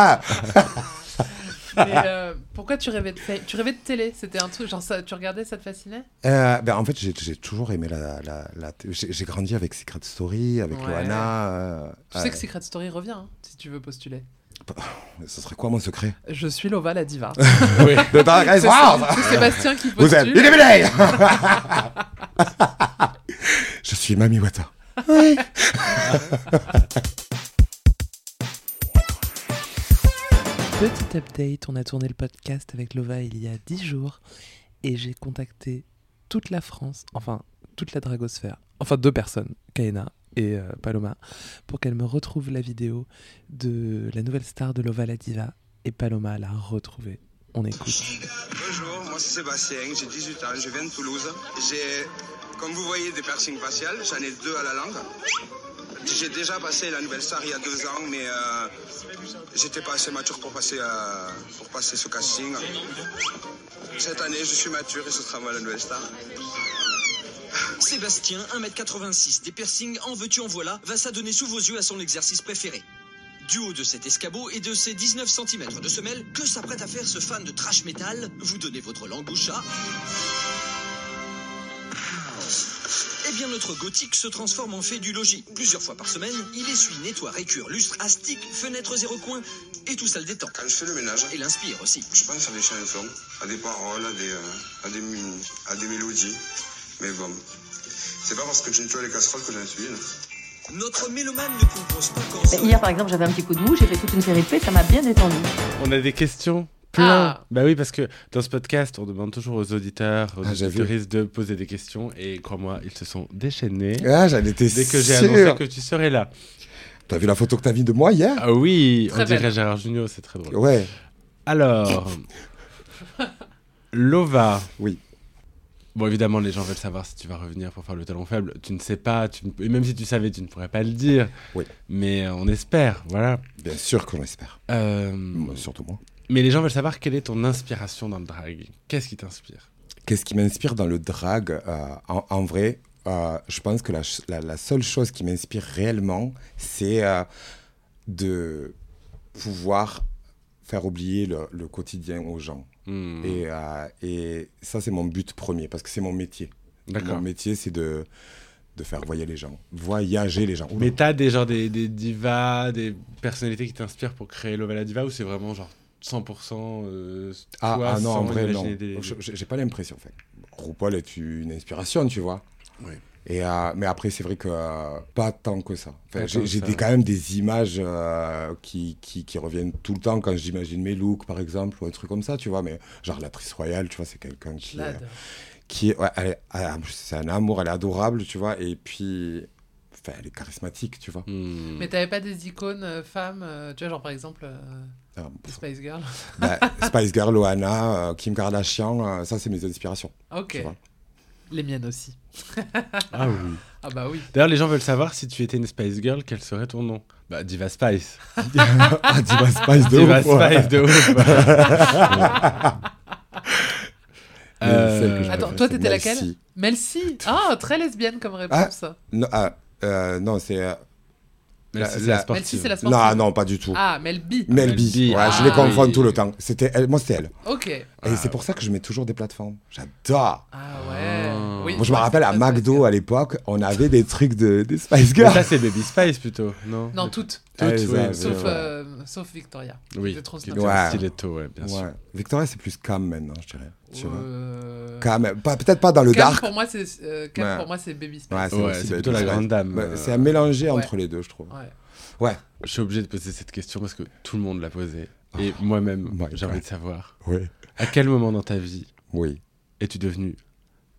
S4: Mais, euh, pourquoi tu rêvais de fa- tu rêvais de télé C'était un truc genre ça, tu regardais, ça te fascinait
S3: Euh, ben, en fait, j'ai j'ai toujours aimé la. la- la- j'ai j'ai grandi avec Secret Story, avec
S4: Ouais.
S3: Loana. euh,
S4: Tu
S3: euh,
S4: sais que Secret Story revient hein, si tu veux postuler.
S3: Ce serait quoi mon secret
S4: Je suis Lova la
S3: [laughs]
S4: diva.
S1: Oui.
S3: De ta
S4: C'est
S3: raison
S4: c'est Sébastien qui
S3: Vous êtes
S4: postule.
S3: illuminé [laughs] Je suis Mami Wata.
S4: Petit update, on a tourné le podcast avec Lova il y a 10 jours et j'ai contacté toute la France, enfin toute la dragosphère, enfin deux personnes, Kaena et euh, Paloma, pour qu'elles me retrouvent la vidéo de la nouvelle star de Lova la diva et Paloma l'a retrouvée. On écoute.
S5: Bonjour, moi c'est Sébastien, j'ai 18 ans, je viens de Toulouse. J'ai, comme vous voyez, des piercings faciales, j'en ai deux à la langue. J'ai déjà passé la nouvelle star il y a deux ans, mais euh, j'étais pas assez mature pour passer, euh, pour passer ce casting. Cette année, je suis mature et ce sera moi la nouvelle star.
S6: Sébastien, 1m86, des piercings en veux-tu en voilà, va s'adonner sous vos yeux à son exercice préféré. Du haut de cet escabeau et de ses 19 cm de semelle, que s'apprête à faire ce fan de trash metal Vous donnez votre langue au chat. Eh bien, notre gothique se transforme en fait du logis. Plusieurs fois par semaine, il essuie, nettoie, récure, lustre, astique, fenêtres et recoins, et tout ça le détend.
S5: Quand je fais le ménage,
S6: Et l'inspire aussi.
S5: je pense à des chansons, à des paroles, à des, euh, à des, mu- à des mélodies. Mais bon, c'est pas parce que tu nettoies les casseroles que j'en suis une.
S6: Notre mélomane ne compose pas qu'en
S7: Mais Hier, par exemple, j'avais un petit coup de mou, j'ai fait toute une série de faits, ça m'a bien détendu.
S1: On a des questions plein.
S4: Ah.
S1: Bah oui, parce que dans ce podcast, on demande toujours aux auditeurs, aux
S3: Ah, j'ai vu.
S1: auditeuristes de poser des questions. Et crois-moi, ils se sont déchaînés.
S3: Ah, j'en étais
S1: Dès que j'ai annoncé
S3: sûr.
S1: que tu serais là.
S3: T'as vu la photo que t'as vue de moi hier
S1: Ah oui,
S4: Très
S1: on dirait
S4: belle.
S1: Gérard Junior, c'est très drôle.
S3: Ouais.
S1: Alors, Lova.
S3: Oui.
S1: Bon, évidemment, les gens veulent savoir si tu vas revenir pour faire le talon faible. Tu ne sais pas, tu ne- et même si tu savais, tu ne pourrais pas le dire.
S3: Oui.
S1: Mais euh, on espère, voilà.
S3: Bien sûr que l'espère.
S1: Euh,
S3: Surtout moi.
S1: Mais les gens veulent savoir quelle est ton inspiration dans le drag. Qu'est-ce qui t'inspire
S3: Qu'est-ce qui m'inspire dans le drag euh, en, en vrai, euh, je pense que la, ch- la- la seule chose qui m'inspire réellement, c'est euh, de pouvoir faire oublier le, le quotidien aux gens.
S1: Hmm,
S3: Et, euh, et ça, c'est mon but premier, parce que c'est mon métier. Mon
S1: D'accord.
S3: métier, c'est de, de faire voyager les gens, voyager les gens. Oula.
S1: Mais t'as des, genre, des, des divas, des personnalités qui t'inspirent pour créer Lova la diva ou c'est vraiment genre 100% euh,
S3: Ah,
S1: toi,
S3: ah non,
S1: sans
S3: en vrai, non.
S1: imaginer des-
S3: Je- je- J'ai pas l'impression. Enfin, RuPaul est une inspiration, tu vois.
S1: Oui.
S3: Et, euh, mais après, c'est vrai que euh, pas tant que ça. Enfin,
S1: Pas tant
S3: j'ai
S1: que
S3: j'ai
S1: ça,
S3: des-
S1: ouais.
S3: quand même des images euh, qui, qui, qui reviennent tout le temps quand j'imagine mes looks, par exemple, ou un truc comme ça, tu vois. Mais genre, l'actrice royale, tu vois, c'est quelqu'un qui. est- qui est- ouais, elle est- elle- en plus, c'est un amour, elle est adorable, tu vois. Et puis, enfin, elle est charismatique, tu vois.
S1: Hmm.
S4: Mais t'avais pas des icônes euh, femmes, euh, tu vois, genre par exemple euh,
S3: Ah,
S4: The Spice Girl
S3: bah, Spice Girl, Loana, euh, Kim Kardashian, euh, ça, c'est mes
S1: [laughs]
S3: inspirations.
S4: Ok.
S3: Tu vois.
S4: Les miennes aussi.
S1: Ah oui.
S4: Ah bah oui.
S1: D'ailleurs, les gens veulent savoir si tu étais une Spice Girl, quel serait ton nom Bah, Diva Spice.
S3: ah, Diva Spice de
S1: Diva
S3: ouf, ouais.
S1: Spice de
S3: [laughs]
S1: ouf. [laughs]
S3: Mais
S1: Euh,
S3: celle que je
S1: Ouais,
S4: Attends,
S3: préfère,
S4: toi
S3: c'est
S4: t'étais
S3: Melcy.
S4: laquelle Mel C Ah, très lesbienne comme réponse.
S3: Non, ah, euh, non, c'est. euh,
S1: Mel C, Bah, c'est
S3: La-
S1: la
S4: Mel C,
S1: sportive.
S4: c'est la sportive.
S3: Non, non, pas du tout.
S4: Ah, Mel B.
S3: Mel
S1: Mel
S3: B.
S1: B.
S3: Ouais,
S4: Ah,
S3: je les confonds
S1: oui. Ah.
S3: tout le temps. C'était elle- moi, c'était elle.
S4: Ok.
S3: Et c'est pour ça que je mets toujours des plateformes. J'adore.
S4: Ah ouais.
S1: Ah.
S4: Oui,
S3: Moi, je me rappelle à
S4: c'est pas
S3: McDo à l'époque, on avait des trucs de des Spice
S1: Mais
S3: Girls.
S1: ça,
S3: Ah,
S1: c'est Baby Spice plutôt, non
S4: Non, toutes.
S1: Toutes,
S3: Elles
S1: oui.
S3: avaient-
S1: Sauf,
S4: Sauf,
S3: ouais.
S4: euh, sauf Victoria.
S1: Oui,
S4: C'était trop
S1: qui
S4: snap.
S1: était un
S3: Ouais.
S1: stiletto, ouais, bien sûr.
S3: Ouais. Victoria, c'est plus calme maintenant, je dirais. Tu vois.
S4: Euh,
S3: Calme. Pas- Peut-être pas dans le
S4: Cam,
S3: dark.
S4: pour moi, c'est euh, Cam,
S3: Ouais.
S4: pour moi, c'est Baby Spice.
S3: Ouais,
S1: Ouais,
S3: aussi
S1: c'est
S3: Baby
S1: plutôt la
S3: Spice.
S1: grande dame,
S3: Ouais,
S1: euh.
S3: C'est un mélanger entre les deux, je trouve.
S4: Ouais.
S3: Ouais.
S1: Je suis obligé de poser cette question parce que tout le monde l'a posée.
S3: Oh.
S1: Et moi-même,
S3: my
S1: j'ai
S3: God.
S1: envie de savoir.
S3: Oui.
S1: À quel moment dans ta vie
S3: Oui.
S1: es-tu devenu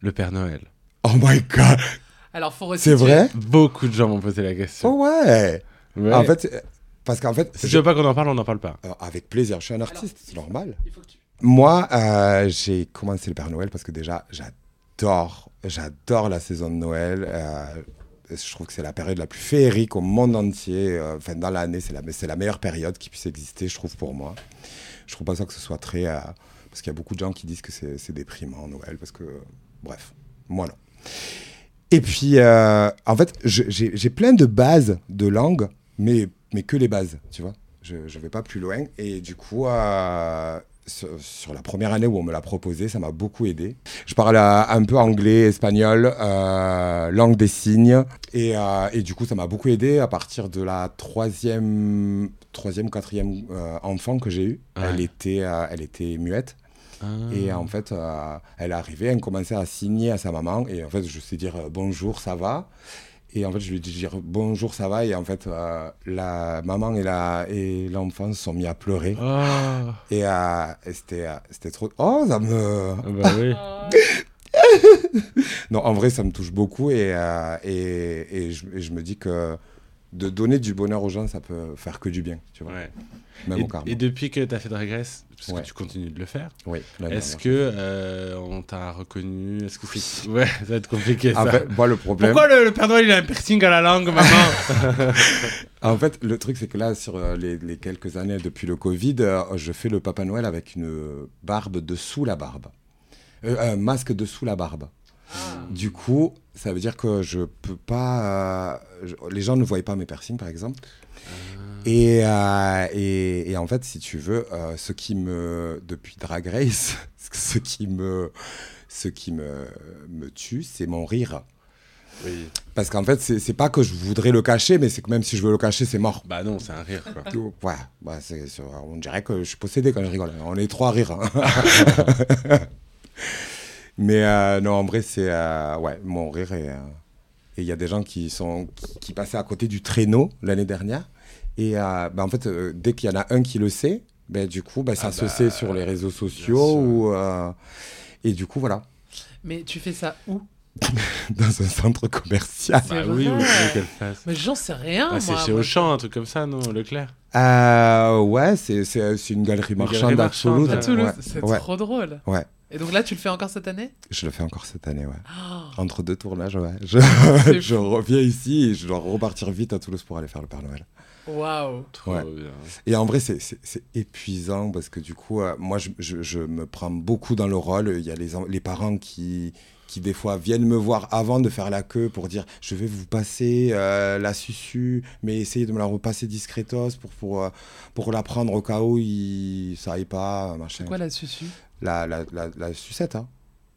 S1: le Père Noël
S3: Oh my god.
S4: Alors, faut
S3: C'est
S4: resituer.
S3: vrai?
S1: Beaucoup de gens m'ont posé la question.
S3: Hein Oh ouais.
S1: Ouais.
S3: En fait, euh, parce qu'en fait,
S1: si tu veux pas qu'on en parle, on n'en parle pas.
S3: Alors, avec plaisir, je suis un artiste, c'est
S4: Alors,
S3: normal.
S4: Il faut que tu-
S3: Moi, euh, j'ai commencé le Père Noël parce que déjà, j'adore, j'adore la saison de Noël. euh, je trouve que c'est la période la plus féerique au monde entier. euh, Enfin, dans l'année, c'est la, c'est la meilleure période qui puisse exister, je trouve, pour moi. Je trouve pas ça que ce soit très... euh, parce qu'il y a beaucoup de gens qui disent que c'est c'est déprimant, Noël, parce que... bref, moi non. Et puis, euh, en fait, je- j'ai j'ai plein de bases de langue, mais mais que les bases, tu vois. Je ne vais pas plus loin. Et du coup, euh, sur, sur la première année où on me l'a proposé, ça m'a beaucoup aidé. Je parle euh, un peu anglais, espagnol, euh, langue des signes. Et, euh, et du coup, ça m'a beaucoup aidé à partir de la troisième, troisième quatrième euh, enfant que j'ai eu.
S1: Ouais.
S3: Elle, était, euh, elle était muette.
S1: Ah.
S3: Et en fait, euh, elle est arrivée, elle commençait à signer à sa maman. Et en fait, je sais dire euh, bonjour, ça va. Et en fait, je lui ai dit dire bonjour, ça va. Et en fait, euh, la maman et la- et l'enfant se sont mis à pleurer.
S1: Ah.
S3: Et, euh, et c'était euh, c'était trop. Oh, ça me.
S1: Ah bah
S2: [laughs]
S1: oui.
S3: Non, en vrai, ça me touche beaucoup. Et, euh, et, et je, et je me dis que de donner du bonheur aux gens, ça peut faire que du bien. Tu vois,
S1: Ouais.
S3: même
S1: Et,
S3: au karma.
S1: et depuis que tu as fait de régresse, parce
S3: Ouais. Ah, bah,
S1: que tu continues de le faire,
S3: Oui, la
S1: est-ce
S3: dernière.
S1: que euh, on t'a reconnu Est-ce que c'est... Ouais, ça va être compliqué ça.
S3: En fait, moi, Ah, ben, le bah, problème.
S1: Pourquoi le, le Père Noël il a un piercing à la langue,
S3: [laughs]
S1: maman
S3: Ah, En fait, le truc, c'est que là, sur euh, les, les quelques années depuis le Covid, euh, je fais le Papa Noël avec une barbe dessous la barbe. Euh, un masque dessous la barbe. Du coup, ça veut dire que je peux pas. euh, je- les gens ne voyaient pas mes piercings, par exemple. Et, euh, et, et en fait, si tu veux, euh, ce qui me. Depuis Drag Race, [laughs] ce qui me. Ce qui me, me tue, c'est mon rire.
S1: Oui.
S3: Parce qu'en fait, c'est c'est pas que je voudrais le cacher, mais c'est que même si je veux le cacher, c'est mort.
S1: Bah non, c'est un rire quoi.
S3: Ouais, bah, c'est- c'est- on dirait que je suis possédé quand je rigole. On est trois à rire. hein. Mais euh, non, en vrai, c'est euh, ouais, mon rire. est, euh, Et il y a des gens qui, sont, qui, qui passaient à côté du traîneau l'année dernière. Et euh, bah, en fait, euh, dès qu'il y en a un qui le sait, ben du coup, bah, ça
S1: Ah
S3: se
S1: bah,
S3: sait sur les réseaux sociaux.
S1: sûr.
S3: Ou, euh, et du coup, voilà, [laughs]
S2: Mais tu fais ça où
S3: dans un centre commercial.
S2: C'est
S1: Bah
S2: vrai.
S1: oui, oui, oui, qu'elle fasse.
S2: Mais j'en sais rien.
S1: Ah, c'est
S2: moi,
S1: chez
S2: moi.
S1: Auchan, un truc comme ça, non Leclerc
S3: Euh, ouais, c'est- c'est c'est une galerie
S1: galerie
S3: marchande
S1: marchande,
S3: absolue.
S2: À
S1: ouais.
S2: Toulouse,
S3: Ouais,
S2: c'est
S3: ouais.
S2: trop drôle.
S3: Ouais.
S2: Et donc là, tu le fais encore cette année
S3: Je le fais encore cette année, ouais.
S2: Oh,
S3: Entre deux tournages, ouais. Je, [laughs]
S2: C'est
S3: je reviens ici et je dois repartir vite à Toulouse pour aller faire le Père Noël.
S2: Oh, Waouh.
S1: Trop
S3: Ouais.
S1: bien.
S3: Et en vrai, c'est- c'est c'est épuisant parce que du coup, euh, moi, je, je- je me prends beaucoup dans le rôle. Il y a les, en- les parents qui, qui, des fois, viennent me voir avant de faire la queue pour dire Je vais vous passer euh, la susu, mais essayez de me la repasser discretos pour, pour, euh, pour la prendre au cas où il, ça aille pas, machin.
S2: C'est quoi la susu
S3: la, la, la, la sucette, hein.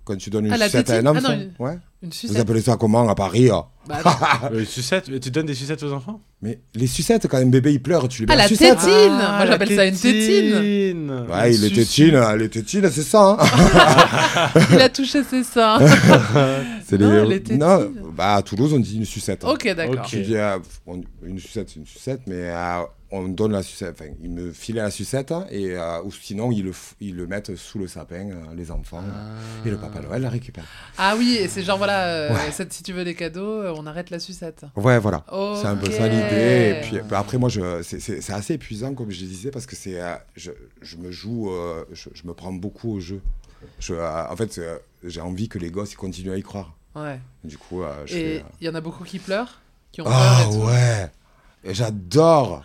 S3: Quand tu donnes une
S2: Ah, la
S3: sucette à un
S2: tétine. Ah,
S3: enfant.
S2: non,
S3: ouais.
S2: Une
S3: Vous
S2: sucette
S3: appelez ça comment à Paris hein [laughs]
S2: Bah, attends.
S1: Euh, sucettes, mais tu donnes des sucettes aux enfants
S3: Mais les sucettes, quand même, bébé, il pleure, tu lui mets
S2: Ah,
S3: la
S2: la
S3: sucette.
S2: Tétine Moi, j'appelle
S1: la
S2: ça une tétine.
S3: Ouais, les
S2: Sucette. Ah,
S3: tétines, euh, les tétines, c'est ça. hein.
S2: Il a touché ses
S3: [laughs]
S2: seins.
S3: C'est euh,
S2: Non, les tétines.
S3: Non, bah, à Toulouse, on dit une sucette. hein.
S2: ok, d'accord.
S1: Ok.
S3: Tu dis, euh, on- une sucette, c'est une sucette, mais euh, on donne la sucette. Enfin, ils me filaient la sucette, hein, et, euh, ou sinon, ils le, f- ils le mettent sous le sapin, euh, les enfants. Et le Papa Noël la récupère.
S2: Ah oui, et c'est genre, voilà, euh, cette- si tu veux des cadeaux, euh, on arrête la sucette.
S3: Ouais, voilà.
S2: Ok.
S3: C'est un peu ça l'idée. Et puis bah, après, moi, je, c'est, c'est- c'est assez épuisant, comme je le disais, parce que c'est, euh, je, je me joue, euh, je, je me prends beaucoup au jeu. Je, euh, en fait, euh, j'ai envie que les gosses ils continuent à y croire.
S2: Ouais.
S3: Du coup, euh, je fais,
S2: Et
S3: euh,
S2: il y en a beaucoup qui pleurent, qui ont
S3: Ah
S2: peur et tout.
S3: ouais
S2: [laughs]
S3: Et J'adore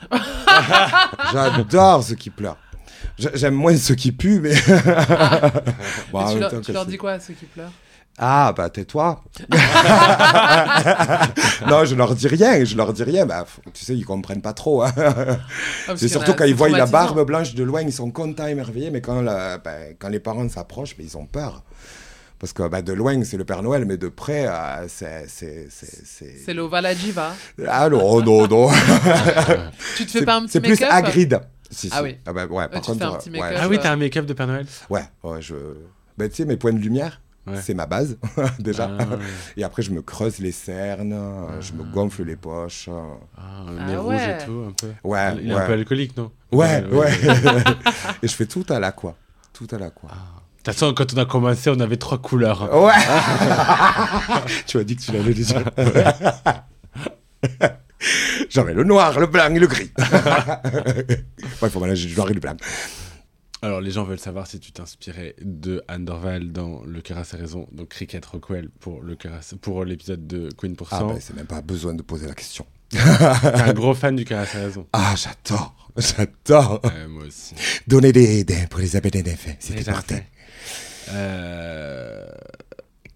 S3: J'adore ceux qui pleurent. J'a- J'aime moins ceux qui
S2: [laughs]
S3: puent, mais. Bon,
S2: Et
S3: en
S2: tu
S3: même
S2: leur,
S3: temps,
S2: tu
S3: que
S2: leur
S3: Bah, c'est-
S2: dis quoi à ceux qui pleurent
S3: Ah, bah tais-toi. [laughs] non, je leur dis rien, je leur dis rien. Bah, f- tu sais, ils comprennent pas trop. hein.
S2: Ah, parce
S3: C'est
S2: qu'il y en a-
S3: surtout quand ils
S2: c'est
S3: voient la
S2: traumatisant.
S3: barbe blanche de loin, ils sont contents, émerveillés, mais quand, la- ben, quand les parents s'approchent, ben, ils ont peur. Parce que ben, de loin, c'est le Père Noël, mais de près, euh, c'est. C'est c'est-
S2: C'est
S3: c'est-
S2: l'Oval à Jiva.
S3: Ah non, non, non.
S2: [laughs] Tu te fais
S3: C'est
S2: pas un petit
S3: c'est plus
S2: make-up
S3: Hagrid. Si,
S2: Ah
S3: si.
S2: oui.
S3: ben, ouais,
S2: tu
S3: par
S2: te
S3: contre,
S2: fais un
S3: euh,
S2: petit
S3: ouais,
S2: make-up.
S1: Ah oui, t'as un make-up de Père Noël
S3: Ouais, ouais, je. Ben, tu sais, mes points de lumière,
S1: Ouais.
S3: c'est ma base, [laughs] déjà.
S1: Ah, ouais.
S3: Et après, je me creuse les cernes, euh, je me gonfle les poches. euh.
S1: Ah, le
S2: Ah
S1: nez rouge
S2: ouais.
S1: et tout, un peu.
S3: Ouais,
S1: Il est
S3: Ah, ouais.
S1: un peu alcoolique, non [laughs]
S3: Ouais,
S1: Euh,
S3: ouais. [laughs] Et je fais tout à l'aqua. Tout à l'aqua.
S1: De toute façon, quand on a commencé, on avait trois couleurs. hein.
S3: Ouais [laughs] Tu m'as dit que tu l'avais déjà. J'avais le noir, le blanc et le [laughs] gris. ouais, faut mélanger le noir et le blanc.
S1: Alors, les gens veulent savoir si tu t'inspirais de Anne Dorval dans Le cœur à ses raisons, donc Cricket Rockwell pour le cœur à ses- pour l'épisode de Queen pour
S3: Ah,
S1: cent.
S3: ben, c'est même pas besoin de poser la question.
S1: T'es un gros fan du cœur à ses raisons.
S3: [laughs] Ah, j'adore J'adore
S1: Ouais, moi aussi.
S3: Donner des, des pour les appels d'effet, c'était
S1: Déjà
S3: parfait.
S1: fait. Euh,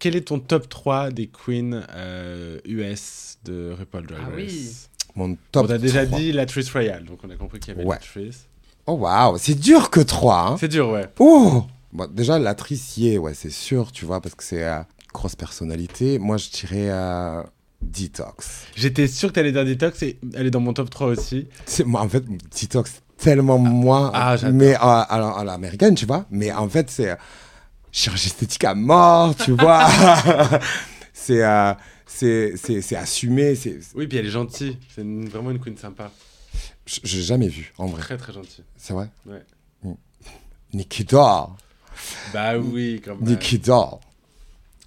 S1: Quel est ton top 3 des queens euh, US de RuPaul Drag Race
S2: Ah oui.
S3: Mon top
S1: on a déjà
S3: 3.
S1: dit la Triss Royale, donc on a compris qu'il y avait
S3: Ouais.
S1: la Triss.
S3: Oh waouh, c'est dur que 3. Hein.
S1: C'est dur, ouais.
S3: Oh Bon, Déjà, l'actrice y est, ouais, c'est sûr, tu vois, parce que c'est euh, grosse personnalité. Moi, je dirais euh, Detox.
S1: J'étais sûr que t'allais dire Detox et elle est dans mon top 3 aussi.
S3: C'est- moi, en fait, Detox, c'est tellement moi,
S1: ah, j'adore.
S3: mais euh, à, la- à l'américaine, tu vois. Mais en fait, c'est euh, chirurgie esthétique à mort,
S1: [laughs]
S3: tu vois. c'est euh, c'est- c'est- c'est assumé. c'est-
S1: Oui, puis elle est gentille. C'est une- vraiment une queen sympa.
S3: j- J'ai jamais vu, en vrai.
S1: Très, très gentille.
S3: C'est vrai
S1: Ouais.
S3: Mm. Nikki Doll.
S1: Bah oui, quand même.
S3: Nikki Doll.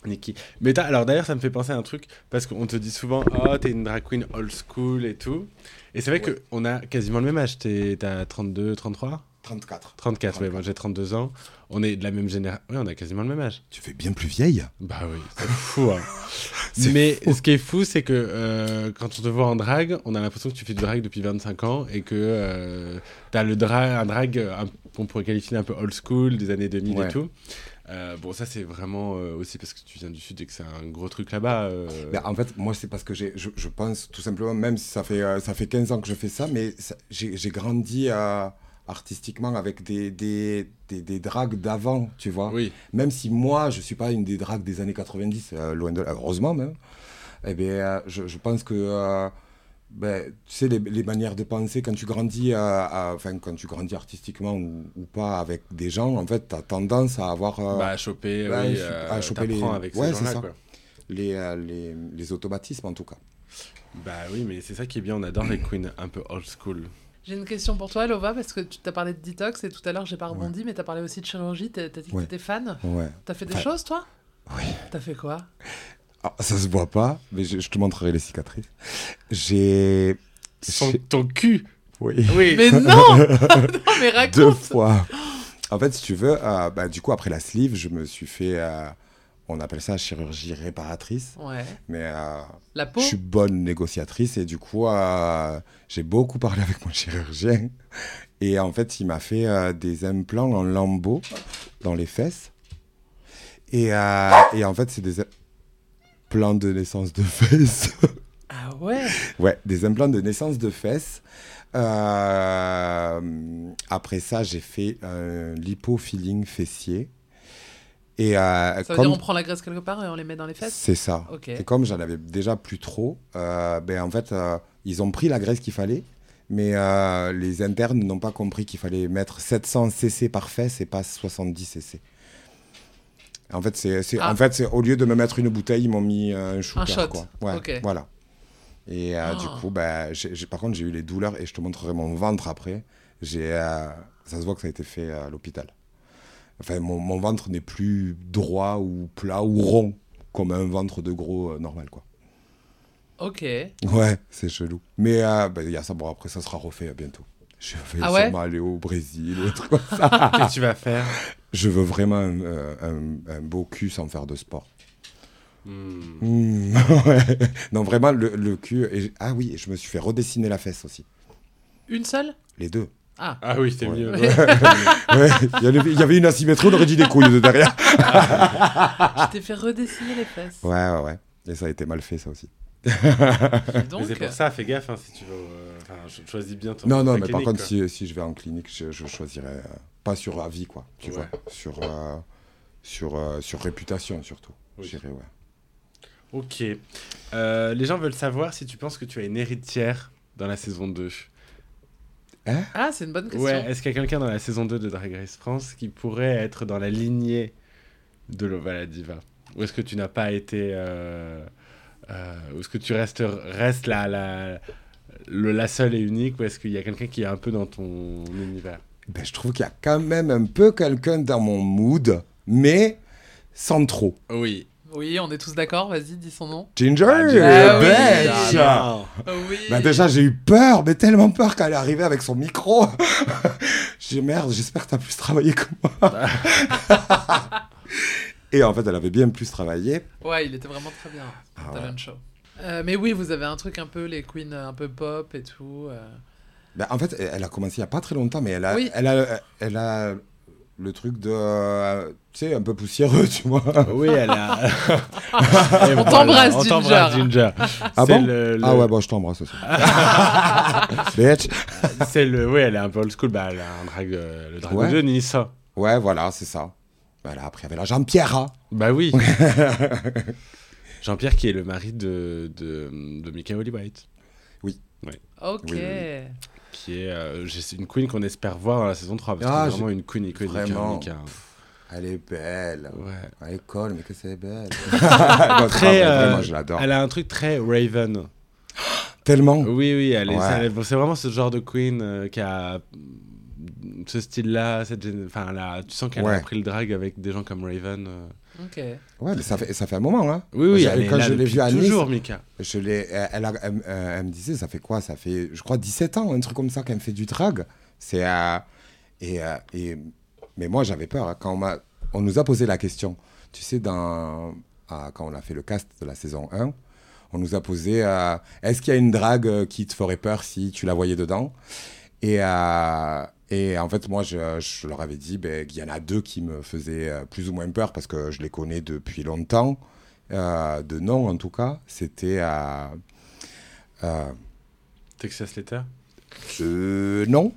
S1: Nikki. Mais t'as- alors d'ailleurs, ça me fait penser à un truc, parce qu'on te dit souvent, oh, t'es une drag queen old school et tout. Et c'est vrai que qu'on a quasiment le même âge. T'es- T'as 32, 33
S3: 34.
S1: 34, ouais, moi j'ai 32 ans. On est de la même génération. Ouais, on a quasiment le même âge.
S3: Tu fais bien plus vieille.
S1: Bah oui, c'est fou. hein.
S3: [laughs] C'est
S1: Mais ce qui est fou, c'est que euh, quand on te voit en drague, on a l'impression que tu fais du drague depuis 25 ans et que euh, t'as le dra un drague euh, un- qu'on pourrait qualifier un peu old school des années 2000
S3: Ouais.
S1: et tout. Euh, bon, ça c'est vraiment euh, aussi parce que tu viens du sud et que c'est un gros truc là-bas. euh.
S3: Ben, en fait, moi, c'est parce que j'ai- je, je pense, tout simplement, même si ça fait, euh, ça fait 15 ans que je fais ça, mais ça- j'ai j'ai grandi euh, artistiquement avec des, des, des, des dragues d'avant, tu vois.
S1: Oui,
S3: Même si moi, je ne suis pas une des dragues des années 90, euh, loin de là, heureusement même, eh ben, euh, je, je pense que. euh, ben, tu sais, les, les manières de penser, quand tu grandis, euh, à- enfin, quand tu grandis artistiquement ou, ou pas avec des gens, en fait, tu as tendance à avoir euh,
S1: bah à choper,
S3: ouais,
S1: oui,
S3: je-
S1: euh,
S3: à choper
S1: t'apprends
S3: les-
S1: avec
S3: ouais,
S1: ces
S3: c'est
S1: gens-là,
S3: ça.
S1: quoi.
S3: les, euh, les, les automatismes, en tout cas.
S1: Bah oui, mais c'est ça qui est bien, on adore les queens un peu old school.
S2: J'ai une question pour toi, Lova, parce que tu t'as parlé de detox et tout à l'heure j'ai pas rebondi, mais t'as parlé aussi de chirurgie. T'as t'as dit que
S3: Ouais.
S2: t'étais fan.
S3: Ouais.
S2: T'as fait des
S3: Enfin,
S2: choses, toi
S3: oui.
S2: T'as fait quoi
S3: Ah, ça se voit pas, mais je, je te montrerai les cicatrices. J'ai.
S1: Son-
S3: j'ai-
S1: ton cul
S3: Oui.
S1: Oui,
S2: Mais non [laughs] Non, mais raconte
S3: [laughs] Deux fois. En fait, si tu veux, euh, bah, du coup, après la sleeve, je me suis fait. euh, on appelle ça chirurgie réparatrice.
S2: Ouais.
S3: Mais euh,
S2: La peau
S3: je suis bonne négociatrice et du coup, euh, j'ai beaucoup parlé avec mon chirurgien. Et en fait, il m'a fait euh, des implants en lambeaux dans les fesses. Et, euh, et en fait, c'est des implants de naissance de fesses.
S2: Ah ouais
S3: Ouais, des implants de naissance de fesses. Euh, après ça, j'ai fait un lipo-feeling fessier. Et euh,
S2: Ça veut
S3: comme
S2: dire on prend la graisse quelque part et on les met dans les fesses
S3: c'est ça.
S2: Ok.
S3: Et comme j'en avais déjà plus trop, euh, ben en fait, euh, ils ont pris la graisse qu'il fallait, mais euh, les internes n'ont pas compris qu'il fallait mettre 700 cc par fesse et pas 70 cc. En fait, c'est, c'est-
S2: Ah.
S3: en fait, c'est- au lieu de me mettre une bouteille, ils m'ont mis euh, un shooter.
S2: shot.
S3: Quoi. Ouais,
S2: Ok.
S3: Voilà. Et euh, du
S2: Ah.
S3: coup, ben, j'ai- j'ai- par contre, j'ai eu les douleurs et je te montrerai mon ventre après. J'ai, euh, ça se voit que ça a été fait à l'hôpital. Enfin, mon, mon ventre n'est plus droit ou plat ou rond comme un ventre de gros euh, normal, quoi.
S2: Ok.
S3: Ouais, c'est chelou. Mais euh, bah, il y a ça, bon, après, ça sera refait euh, bientôt. Je vais
S2: Ah ouais
S3: sûrement aller au Brésil ou autre chose.
S1: qu'est-ce que tu vas faire
S3: Je veux vraiment un, euh, un- un beau cul sans faire de sport.
S1: Hmm.
S2: Mmh.
S3: Hmm, [laughs] ouais. Non, vraiment, le, le cul. et j- Ah oui, et je me suis fait redessiner la fesse aussi.
S2: Une seule
S3: Les deux.
S2: Ah.
S1: Ah oui, c'est
S3: Ouais. [laughs]
S1: mieux.
S3: Ouais, il y avait- il y avait une asymétrie, on aurait dit des couilles de derrière.
S2: Je t'ai fait redessiner les fesses.
S3: Ah. Ouais, ouais, ouais. Et ça a été mal fait, ça aussi.
S2: Dis donc.
S1: Mais c'est pour ça, fais gaffe hein, si tu veux. euh, Enfin, je choisis bien ton.
S3: Non,
S1: ta
S3: non, mais par
S1: clinique,
S3: contre,
S1: quoi.
S3: si, si je vais en clinique, je, je choisirais euh, pas sur avis, quoi. Tu
S1: Ouais.
S3: vois, sur, euh, sur, euh, sur réputation surtout.
S1: Oui.
S3: J'irais, ouais.
S1: Ok. Euh, les gens veulent savoir si tu penses que tu as une héritière dans la saison 2.
S2: Ah, c'est une bonne question.
S1: Ouais, est-ce qu'il y a quelqu'un dans la saison 2 de Drag Race France qui pourrait être dans la lignée de Lova la Diva Ou est-ce que tu n'as pas été. euh, euh, ou est-ce que tu restes, restes la, la, le- la seule et unique Ou est-ce qu'il y a quelqu'un qui est un peu dans ton univers
S3: Ben, je trouve qu'il y a quand même un peu quelqu'un dans mon mood, mais sans trop.
S1: Oui.
S2: Oui, on est tous d'accord, vas-y, dis son nom.
S3: Ginger,
S2: Ah oui,
S3: bitch
S1: Euh,
S2: Oui.
S3: Ben, déjà, j'ai eu peur, mais tellement peur quand elle est arrivée avec son micro. [laughs] j'ai dit, merde, j'espère que t'as plus travaillé que [laughs] moi. Et en fait, elle avait bien plus travaillé.
S2: Ouais, il était vraiment très bien,
S3: Ah
S2: le
S3: ouais.
S2: talent show. Euh, mais oui, vous avez un truc un peu, les queens euh, un peu pop et tout. euh.
S3: Ben, en fait, elle a commencé il n'y a pas très longtemps, mais elle a,
S2: Oui.
S3: elle a, elle a le truc de. euh, tu sais, un peu poussiéreux, [laughs] tu vois.
S1: Oui, elle [laughs] a.
S2: On t'embrasse,
S1: On
S2: Ginger.
S1: t'embrasse, Ginger.
S3: Ah
S1: C'est
S3: bon
S1: le- le-
S3: Ah ouais, bon, je t'embrasse aussi. [laughs] Bitch.
S1: C'est le. Oui, elle est un peu old school. Bah, elle a un drag, euh, le dragon
S3: Ouais.
S1: de Nice.
S3: Ouais, voilà, c'est ça. Voilà, après, il y avait la Jean-Pierre. hein.
S1: Bah oui. Jean-Pierre qui est le mari de, de, de Mika Holly White,
S2: Ok.
S3: Oui, oui,
S1: qui est euh, j'ai- c'est une queen qu'on espère voir dans la saison 3, parce
S3: Ah,
S1: que
S3: j'ai-
S1: c'est vraiment une queen iconique. hein,
S3: Vraiment.
S1: Mika, hein.
S3: Elle est belle.
S1: Ouais.
S3: À l'école, Ah, mais que c'est
S1: [laughs]
S3: belle. Non, c'est pas vrai,
S1: euh,
S3: vraiment, je l'adore.
S1: Elle a un truc très Raven.
S3: Tellement.
S1: Oui, oui, elle est-
S3: Ouais.
S1: elle est- c'est vraiment ce genre de queen euh, qui a mm, ce style-là. cette gén- Enfin, elle a- tu sens qu'elle a
S3: Ouais.
S1: pris le drag avec des gens comme Raven. euh.
S2: Ok.
S3: Ouais, mais ça fait, ça fait un moment, hein.
S1: Oui, oui,
S3: Moi,
S1: elle est
S3: quand
S1: là
S3: je l'ai
S1: depuis
S3: vue à Nice,
S1: toujours, Mika.
S3: je l'ai, elle, elle a- elle- euh, elle me disait, ça fait quoi Ça fait, je crois, 17 ans, un truc comme ça, qu'elle me fait du drag. C'est. euh, et, euh, et- mais moi, j'avais peur. hein, quand on, m'a- on nous a posé la question, tu sais, dans, à- quand on a fait le cast de la saison 1, on nous a posé euh, est-ce qu'il y a une drague euh, qui te ferait peur si tu la voyais dedans et, euh, et en fait, moi, je, je leur avais dit ben, qu'il y en a deux qui me faisaient euh, plus ou moins peur parce que je les connais depuis longtemps, euh, de nom en tout cas. C'était. euh, euh,
S1: Texas Letter.
S3: euh, non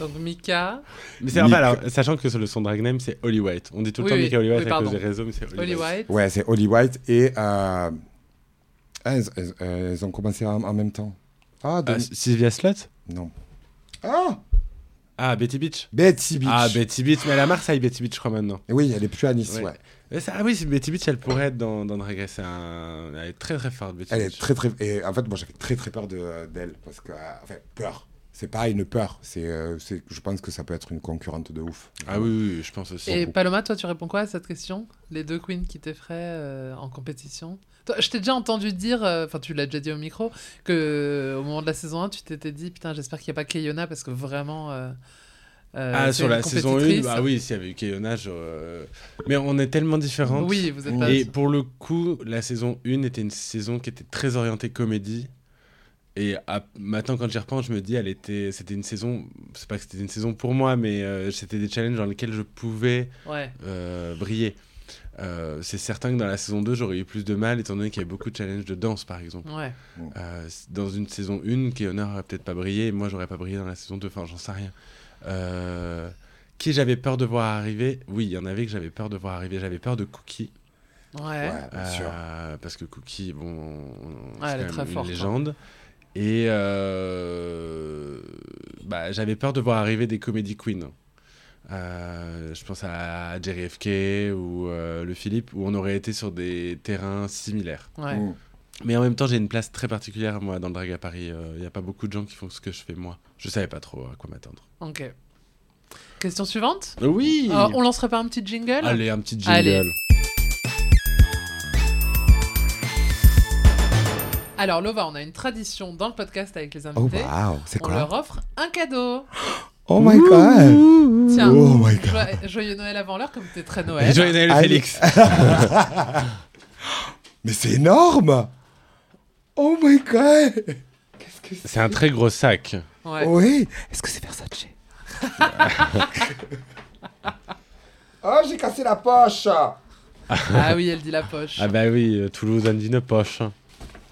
S2: Donc Mika,
S1: Mais c'est
S3: Nick.
S1: enfin, alors, sachant que le son drag name c'est Holly White. On dit tout le
S2: Oui,
S1: temps
S2: oui.
S1: Mika Holly White
S2: Oui,
S1: à
S2: pardon.
S1: cause des réseaux, mais c'est Holly,
S2: Holly
S1: White.
S2: White.
S3: Ouais, c'est Holly White et. euh, ah, elles, elles- elles ont commencé en, en même temps. Ah,
S1: Euh,
S3: de-
S1: Sylvia Slott
S3: non. Ah
S1: Ah, Betty Beach.
S3: Betty Beach.
S1: Ah, Betty Beach, mais elle est à Marseille, Betty Beach, je crois maintenant.
S3: Oui, elle est plus à Nice,
S1: Ouais.
S3: ouais.
S1: Mais ça- Ah oui, c'est Betty Beach, elle pourrait être dans, dans Drag Race. c'est un- Elle est très très forte, Betty
S3: Elle est
S1: Beach.
S3: très très. Et en fait, moi j'avais très très peur de- d'elle parce que. euh, Enfin, peur. C'est pas une peur. C'est, euh, c'est- je pense que ça peut être une concurrente de ouf.
S1: Ah oui, oui, oui, je pense aussi.
S2: Et Paloma, toi, tu réponds quoi à cette question Les deux queens qui t'effraient euh, en compétition Toi, Je t'ai déjà entendu dire, euh, enfin, tu l'as déjà dit au micro, que euh, au moment de la saison 1, tu t'étais dit, putain, j'espère qu'il n'y a pas Keyona parce que vraiment. euh, euh,
S1: ah,
S2: c'est
S1: sur
S2: une
S1: la saison 1,
S2: compétitrice.
S1: bah oui, s'il y avait eu Kayona, je- euh, Mais on est tellement différentes.
S2: Oui, vous êtes pas.
S1: Et pour le coup, la saison 1 était une saison qui était très orientée comédie. Et à- maintenant, quand j'y repense, je me dis, elle était, c'était une saison. C'est pas que c'était une saison pour moi, mais euh, c'était des challenges dans lesquels je pouvais
S2: Ouais.
S1: euh, briller. Euh, c'est certain que dans la saison 2, j'aurais eu plus de mal, étant donné qu'il y avait beaucoup de challenges de danse, par exemple.
S2: Ouais.
S1: Euh, c- dans une saison 1, Keona aurait peut-être pas brillé, et moi j'aurais pas brillé dans la saison 2, enfin j'en sais rien. Euh, qui j'avais peur de voir arriver Oui, il y en avait que j'avais peur de voir arriver. J'avais peur de Cookie.
S2: Ouais.
S3: Ouais, bien sûr.
S1: Euh, parce que Cookie, bon, on-
S2: Ouais, elle est
S1: c'est quand
S2: très
S1: même une
S2: forte, hein.
S1: légende. Et euh, bah, j'avais peur de voir arriver des comedy queens. Euh, je pense à Jerry FK ou euh, le Philippe, où on aurait été sur des terrains similaires.
S2: Ouais.
S3: Mm.
S1: Mais en même temps, j'ai une place très particulière, moi, dans le drag à Paris. Il n'y a pas beaucoup de gens qui font ce que je fais, moi. Je savais pas trop euh, à quoi m'attendre.
S2: Ok. Question suivante
S1: Oui
S2: Euh, On lancerait pas un petit jingle
S1: Allez, un petit jingle.
S2: Allez. Alors, Lova, on a une tradition dans le podcast avec les
S3: Oh,
S1: bah,
S2: invités.
S3: waouh, c'est
S2: on
S3: quoi
S2: leur offre un cadeau.
S3: Oh my god
S2: Tiens,
S3: Oh my God.
S2: jo- joyeux Noël avant l'heure, comme t'es très
S1: Et
S2: Noël.
S1: Joyeux Noël,
S3: Allez.
S1: Félix
S3: Mais c'est énorme Oh my god Qu'est-ce que
S1: [laughs]
S3: c'est
S1: C'est un très gros sac.
S2: Ouais.
S1: Oh.
S3: Oui Est-ce que c'est Versace Oh, j'ai cassé la poche
S2: Ah oui, elle dit la poche.
S1: Ah bah oui, euh, Toulouse Andine Poche.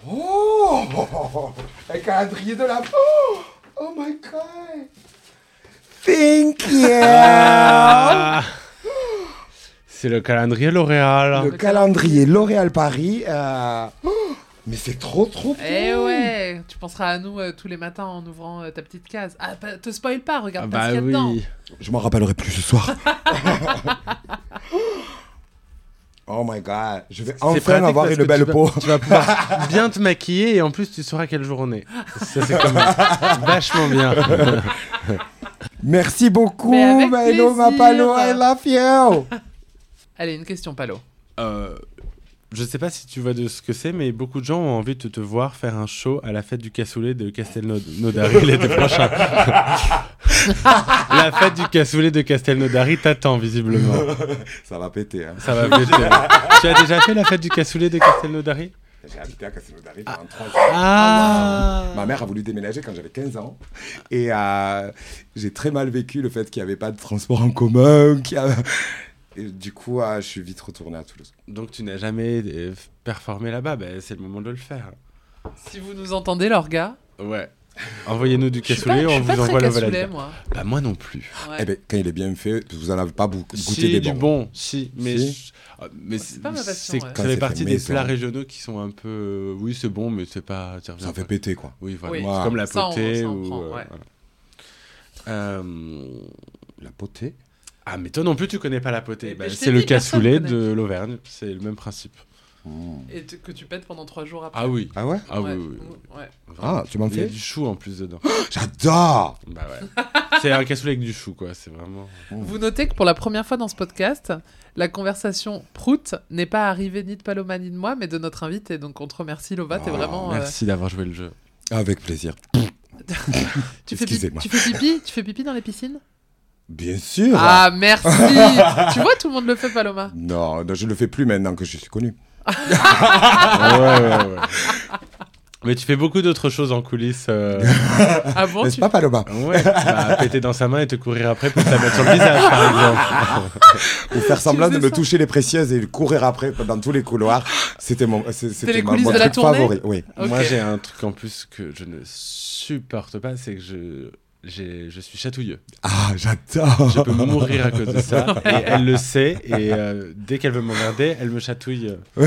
S3: Oh Un calendrier de la peau Oh my god Thank
S2: Ah.
S3: you
S1: [laughs] C'est le calendrier L'Oréal.
S3: Le calendrier L'Oréal Paris. euh, oh, mais c'est trop trop
S1: bah.
S3: beau
S2: Eh ouais, tu penseras à nous euh, tous les matins en ouvrant euh, ta petite case. Ah, bah, te spoil pas,
S1: Ah
S2: regarde pas
S1: bah
S2: ce qu'il y a dedans.
S1: oui.
S3: Je m'en rappellerai plus
S2: [laughs]
S3: ce soir. oh my god, je vais
S1: C'est
S3: enfin
S1: pratique
S3: avoir
S1: parce que
S3: une belle
S1: tu vas-
S3: peau.
S1: tu vas pouvoir bien te maquiller et en plus tu sauras quel jour on est. Ça c'est quand
S2: [laughs]
S1: même vachement bien.
S3: Merci beaucoup,
S2: Mais avec
S3: Maëlo
S2: plaisir.
S3: Mapalo, I love you.
S2: Allez, une question, Palo.
S1: Euh, je sais pas si tu vois de ce que c'est, mais beaucoup de gens ont envie de te voir faire un show à la fête du cassoulet de Castelnaudary [laughs] l'été prochain. la fête du cassoulet de Castelnaudary t'attend visiblement.
S3: Ça va péter. Hein.
S1: Ça va péter. tu as déjà fait la fête du cassoulet de Castelnaudary
S3: J'ai habité à Castelnaudary pendant trois ans.
S1: Ah
S3: Ma mère a voulu déménager quand j'avais 15 ans. Et euh, j'ai très mal vécu le fait qu'il n'y avait pas de transport en commun. qu'il y a- [laughs] Et du coup, euh, je suis vite retourné à Toulouse.
S1: Donc tu n'as jamais euh, performé là-bas, ben, c'est le moment de le faire.
S2: Si vous nous entendez, Lorga,
S1: Ouais. Envoyez-nous du
S2: je suis pas,
S1: cassoulet,
S2: je
S1: on
S2: suis pas
S1: vous
S2: très
S1: envoie la
S2: cassoulet,
S1: valade.
S2: moi.
S1: Bah moi non plus.
S2: Ouais.
S3: Eh bien, quand il est bien fait, parce que vous n'en avez pas bou- goûté
S1: si,
S3: des
S1: du
S3: bons.
S1: bon, si, mais
S3: Si.
S1: je- ah, mais
S2: C'est pas ma passion,
S1: c'est-
S2: ouais.
S1: Ça
S3: Quand
S1: fait
S3: c'est
S1: partie
S3: fait
S1: des
S3: maison.
S1: plats régionaux qui sont un peu euh, oui, c'est bon mais c'est pas ça revient
S3: Ça fait
S1: pas.
S3: péter, quoi.
S1: Oui, voilà.
S2: Oui.
S1: C'est comme la
S2: Ça, on-
S1: potée
S2: ça, on
S1: ou
S2: prend,
S1: euh,
S2: ouais.
S1: voilà. Euh,
S3: La potée.
S1: Ah mais toi non plus tu connais pas la potée.
S2: Mais-
S1: Bah,
S2: mais je t'ai
S1: c'est le
S2: dit, personne
S1: cassoulet
S2: connaît.
S1: de l'Auvergne, c'est le même principe.
S3: Mm.
S2: Et te- que tu pètes pendant trois jours après.
S1: ben. Ah oui.
S3: Ah ouais
S1: Ah
S2: Ouais.
S1: oui, oui, oui.
S2: Ouais.
S1: Vraiment.
S3: Ah, tu m'en
S1: Il y a
S3: fais
S1: du chou en plus
S3: [gasps]
S1: dedans.
S3: J'adore
S1: bah ouais. C'est un cassoulet avec du chou quoi, c'est vraiment
S2: Vous notez que pour la première fois dans ce podcast, la conversation prout n'est pas arrivée ni de Paloma ni de moi, mais de notre invité. Donc on te remercie, Lova. T'es
S3: Oh,
S2: vraiment. euh,
S1: Merci d'avoir joué le
S3: [laughs]
S1: jeu.
S3: Avec plaisir.
S2: Tu, fais pipi,
S3: Excusez-moi.
S2: tu fais pipi Tu fais pipi dans les piscines
S3: [laughs] Bien sûr
S2: Ah,
S3: [laughs]
S2: merci Tu vois, tout le monde le fait, Paloma.
S3: non, non, je le fais plus maintenant que je suis connu.
S1: Ouais, ouais, ouais. Mais tu fais beaucoup d'autres choses en coulisses. euh,
S2: Ah bon
S3: N'est-ce
S2: tu...
S3: pas, Paloma
S1: Ouais. Bah, péter dans sa main et te courir après pour te la mettre sur le visage, par exemple.
S3: Ou faire semblant de
S2: faisais
S3: me
S2: ça
S3: toucher les précieuses et courir après dans tous les couloirs. C'était mon, c'est-
S2: les
S3: c'était mon,
S2: coulisses
S3: mon
S2: de la
S3: truc
S2: tournée
S3: favori. Oui.
S2: Ok.
S1: Moi, j'ai un truc en plus que je ne supporte pas, c'est que je. j'ai- Je suis chatouilleux.
S3: Ah, j'adore. [laughs]
S1: Je peux mourir à cause de ça. Et elle le sait. Et euh, dès qu'elle veut m'emmerder, elle me chatouille.
S2: Ok.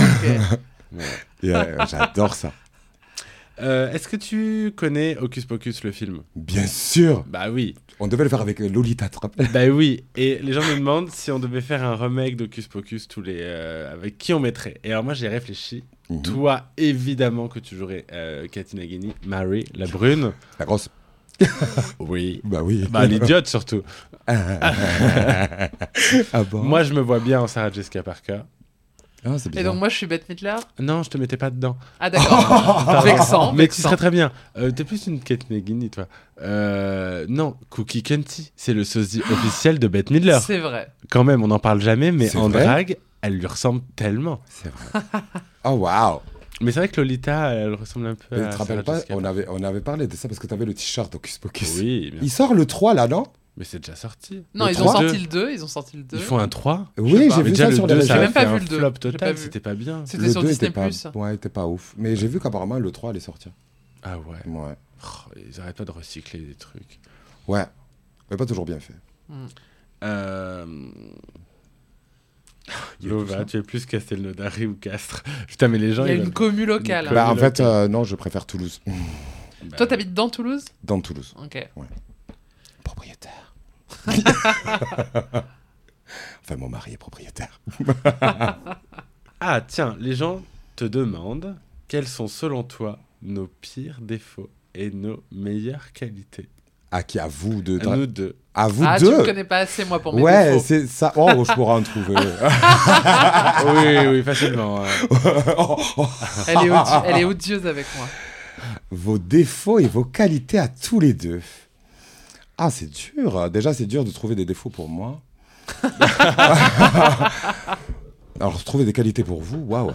S3: Et, euh, j'adore ça.
S1: Euh, Est-ce que tu connais Hocus Pocus, le film
S3: Bien sûr.
S1: Bah oui.
S3: On devait le faire avec Lolita Trapp.
S1: Bah oui, et les gens me demandent si on devait faire un remake d'Hocus Pocus tous les, euh, avec qui on mettrait. Et alors moi j'ai réfléchi.
S3: Mhm.
S1: Toi, évidemment que tu jouerais euh, Cathy Nagini, Mary, la brune.
S3: La grosse.
S1: Oui.
S3: Bah oui. [laughs]
S1: Bah l'idiote surtout.
S3: ah bon
S1: Moi je me vois bien en Sarah Jessica Parker.
S3: Ah, c'est bien.
S2: Et donc, moi, je suis Bette Midler.
S1: Non, je te mettais pas
S3: [laughs]
S1: dedans.
S2: Ah, d'accord. vexant.
S1: Mais tu
S2: vexant.
S1: serais très bien. Euh, T'es plus une Cathy Nagini, toi. Euh, non, Cookie Kenty, c'est le
S3: [gasps]
S1: sosie officiel de Bette Midler.
S2: C'est vrai.
S1: Quand même, on n'en parle jamais, mais
S3: C'est
S1: en
S3: vrai
S1: drague, elle lui ressemble tellement.
S3: C'est vrai. Oh, waouh.
S1: Mais c'est vrai que Lolita, elle ressemble un peu
S3: Mais
S1: à.
S3: Tu te
S1: Sarah
S3: rappelles pas
S1: Jessica
S3: on avait, on avait parlé de ça parce que t'avais le t-shirt Hocus Pocus.
S1: Oui, bien
S3: Il sort le 3 là, non
S1: mais c'est déjà sorti.
S2: Non,
S1: Le
S2: ils ont
S1: trois.
S2: sorti le 2. Ils ont sorti le 2.
S1: Ils font un 3.
S3: Oui,
S2: pas.
S3: j'ai
S1: Mais
S3: vu
S1: déjà,
S3: ça
S1: le
S3: sur
S1: 2,
S3: les
S1: ça
S2: J'ai
S1: a
S2: même
S3: réseaux.
S2: pas
S1: fait
S2: vu
S1: un
S2: le deux.
S1: flop
S2: J'ai pas
S1: total,
S2: vu.
S1: c'était pas bien.
S2: C'était sur
S3: deux
S2: Disney+.
S3: était pas... Ouais, il était pas ouf. Mais j'ai vu qu'apparemment le 3 allait sortir.
S1: Ah ouais.
S3: Ouais.
S1: Oh, ils arrêtent pas de recycler des trucs.
S3: Ouais. Mais pas toujours bien fait.
S1: Euh...
S3: Il y a tout
S1: Lova,
S3: ça.
S1: tu es plus Castelnaudary ou Castres. Putain, mais les gens.
S2: Il y a
S1: ils
S2: une
S1: veulent-
S2: commu locale.
S1: Bah,
S3: Bah, en
S1: le-
S3: fait, euh, non, je préfère Toulouse.
S1: Bah,
S2: Toi, t'habites dans Toulouse
S3: Dans Toulouse.
S2: Ok.
S3: Propriétaire. enfin, mon mari est propriétaire.
S1: Ah, tiens, les gens te demandent quels sont, selon toi, nos pires défauts et nos meilleures qualités.
S3: Ah, qui à vous deux.
S1: À nous deux.
S3: À vous
S2: ah, tu me
S3: deux.
S2: connais pas assez, moi, pour mes
S3: Ouais,
S2: défauts.
S3: c'est ça. Oh, je pourrais en trouver.
S2: [laughs]
S1: Ah. oui, oui, facilement. hein.
S3: Oh, oh.
S2: Elle est, odie- elle est odieuse avec moi.
S3: Vos défauts et vos qualités à tous les deux. Ah, c'est dur. Déjà, c'est dur de trouver des défauts pour moi. Alors, trouver des qualités pour vous, waouh.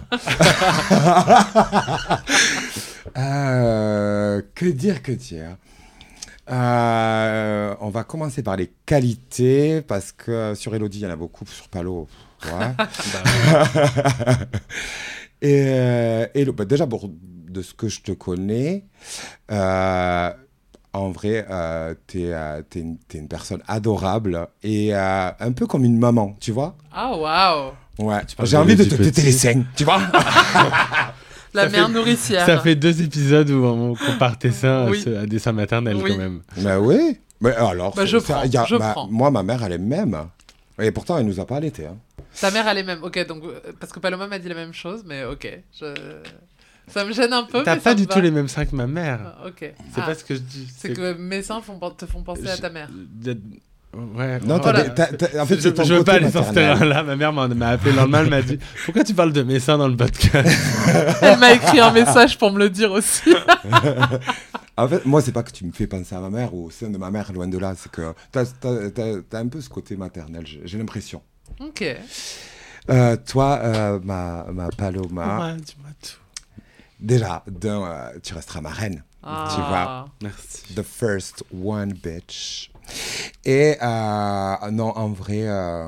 S3: Euh, que dire, que dire Euh, On va commencer par les qualités, parce que sur Elodie, il y en a beaucoup, sur Palo. pff, ouais.
S1: Bah,
S3: [laughs] Et, euh, et le- bah, déjà, pour- de ce que je te connais, euh, en vrai, euh, t'es euh, t'es une, t'es une personne adorable et euh, un peu comme une maman, tu vois
S2: Ah, waouh
S3: Ouais,
S1: parles
S3: j'ai
S1: de
S3: envie de
S1: Elodie
S3: te
S1: Petit.
S3: péter les seins,
S1: [laughs]
S3: tu vois
S2: La
S1: Ça
S2: mère
S1: fait-
S2: nourritière.
S1: Ça fait deux épisodes où on compare tes seins à
S2: Oui.
S1: ceux- à, des seins maternels
S2: Oui. Oh,
S1: quand même.
S3: Mais oui Mais alors,
S2: Bah,
S3: c'est-
S2: je
S3: ça,
S2: prends,
S3: y a-
S2: je
S3: ma-
S2: prends.
S3: Moi, ma mère, elle est même. Et pourtant, elle nous a pas allaités. hein.
S2: Ta mère, elle est même. Ok, donc. euh, Parce que Paloma m'a dit la même chose, mais ok. je- Ça me gêne un peu.
S1: T'as
S2: mais ça
S1: pas
S2: me
S1: du
S2: va.
S1: tout les mêmes seins que ma mère.
S2: Ah, Ok.
S1: C'est
S2: Ah,
S1: pas ce que je dis.
S2: C'est que mes seins font pen- te font penser à
S1: [laughs]
S2: ta mère.
S1: Je- Ouais.
S3: Non, t'as
S1: voilà.
S3: des- t'as- t'as- en fait,
S1: je,
S3: c'est ton
S1: je veux
S3: côté
S1: pas aller sur ce
S3: maternel.
S1: terrain-là. Ma mère m'en- m'a appelé le lendemain. Elle m'a
S3: [laughs]
S1: dit Pourquoi tu parles de mes seins dans le podcast
S2: Elle m'a écrit un message pour me le dire aussi.
S3: En fait, moi, c'est pas que tu me fais penser à ma mère ou au sein de ma mère, loin de là. C'est que t'as as, un peu ce côté maternel, j'ai j'ai l'impression.
S2: [laughs] ok.
S3: Euh, toi, euh, ma, ma Paloma,
S1: Ouais, dis-moi tout.
S3: Déjà, d'un, euh, tu resteras ma reine.
S2: Ah.
S1: Merci.
S3: The first one, bitch. Et euh, non, en vrai, euh,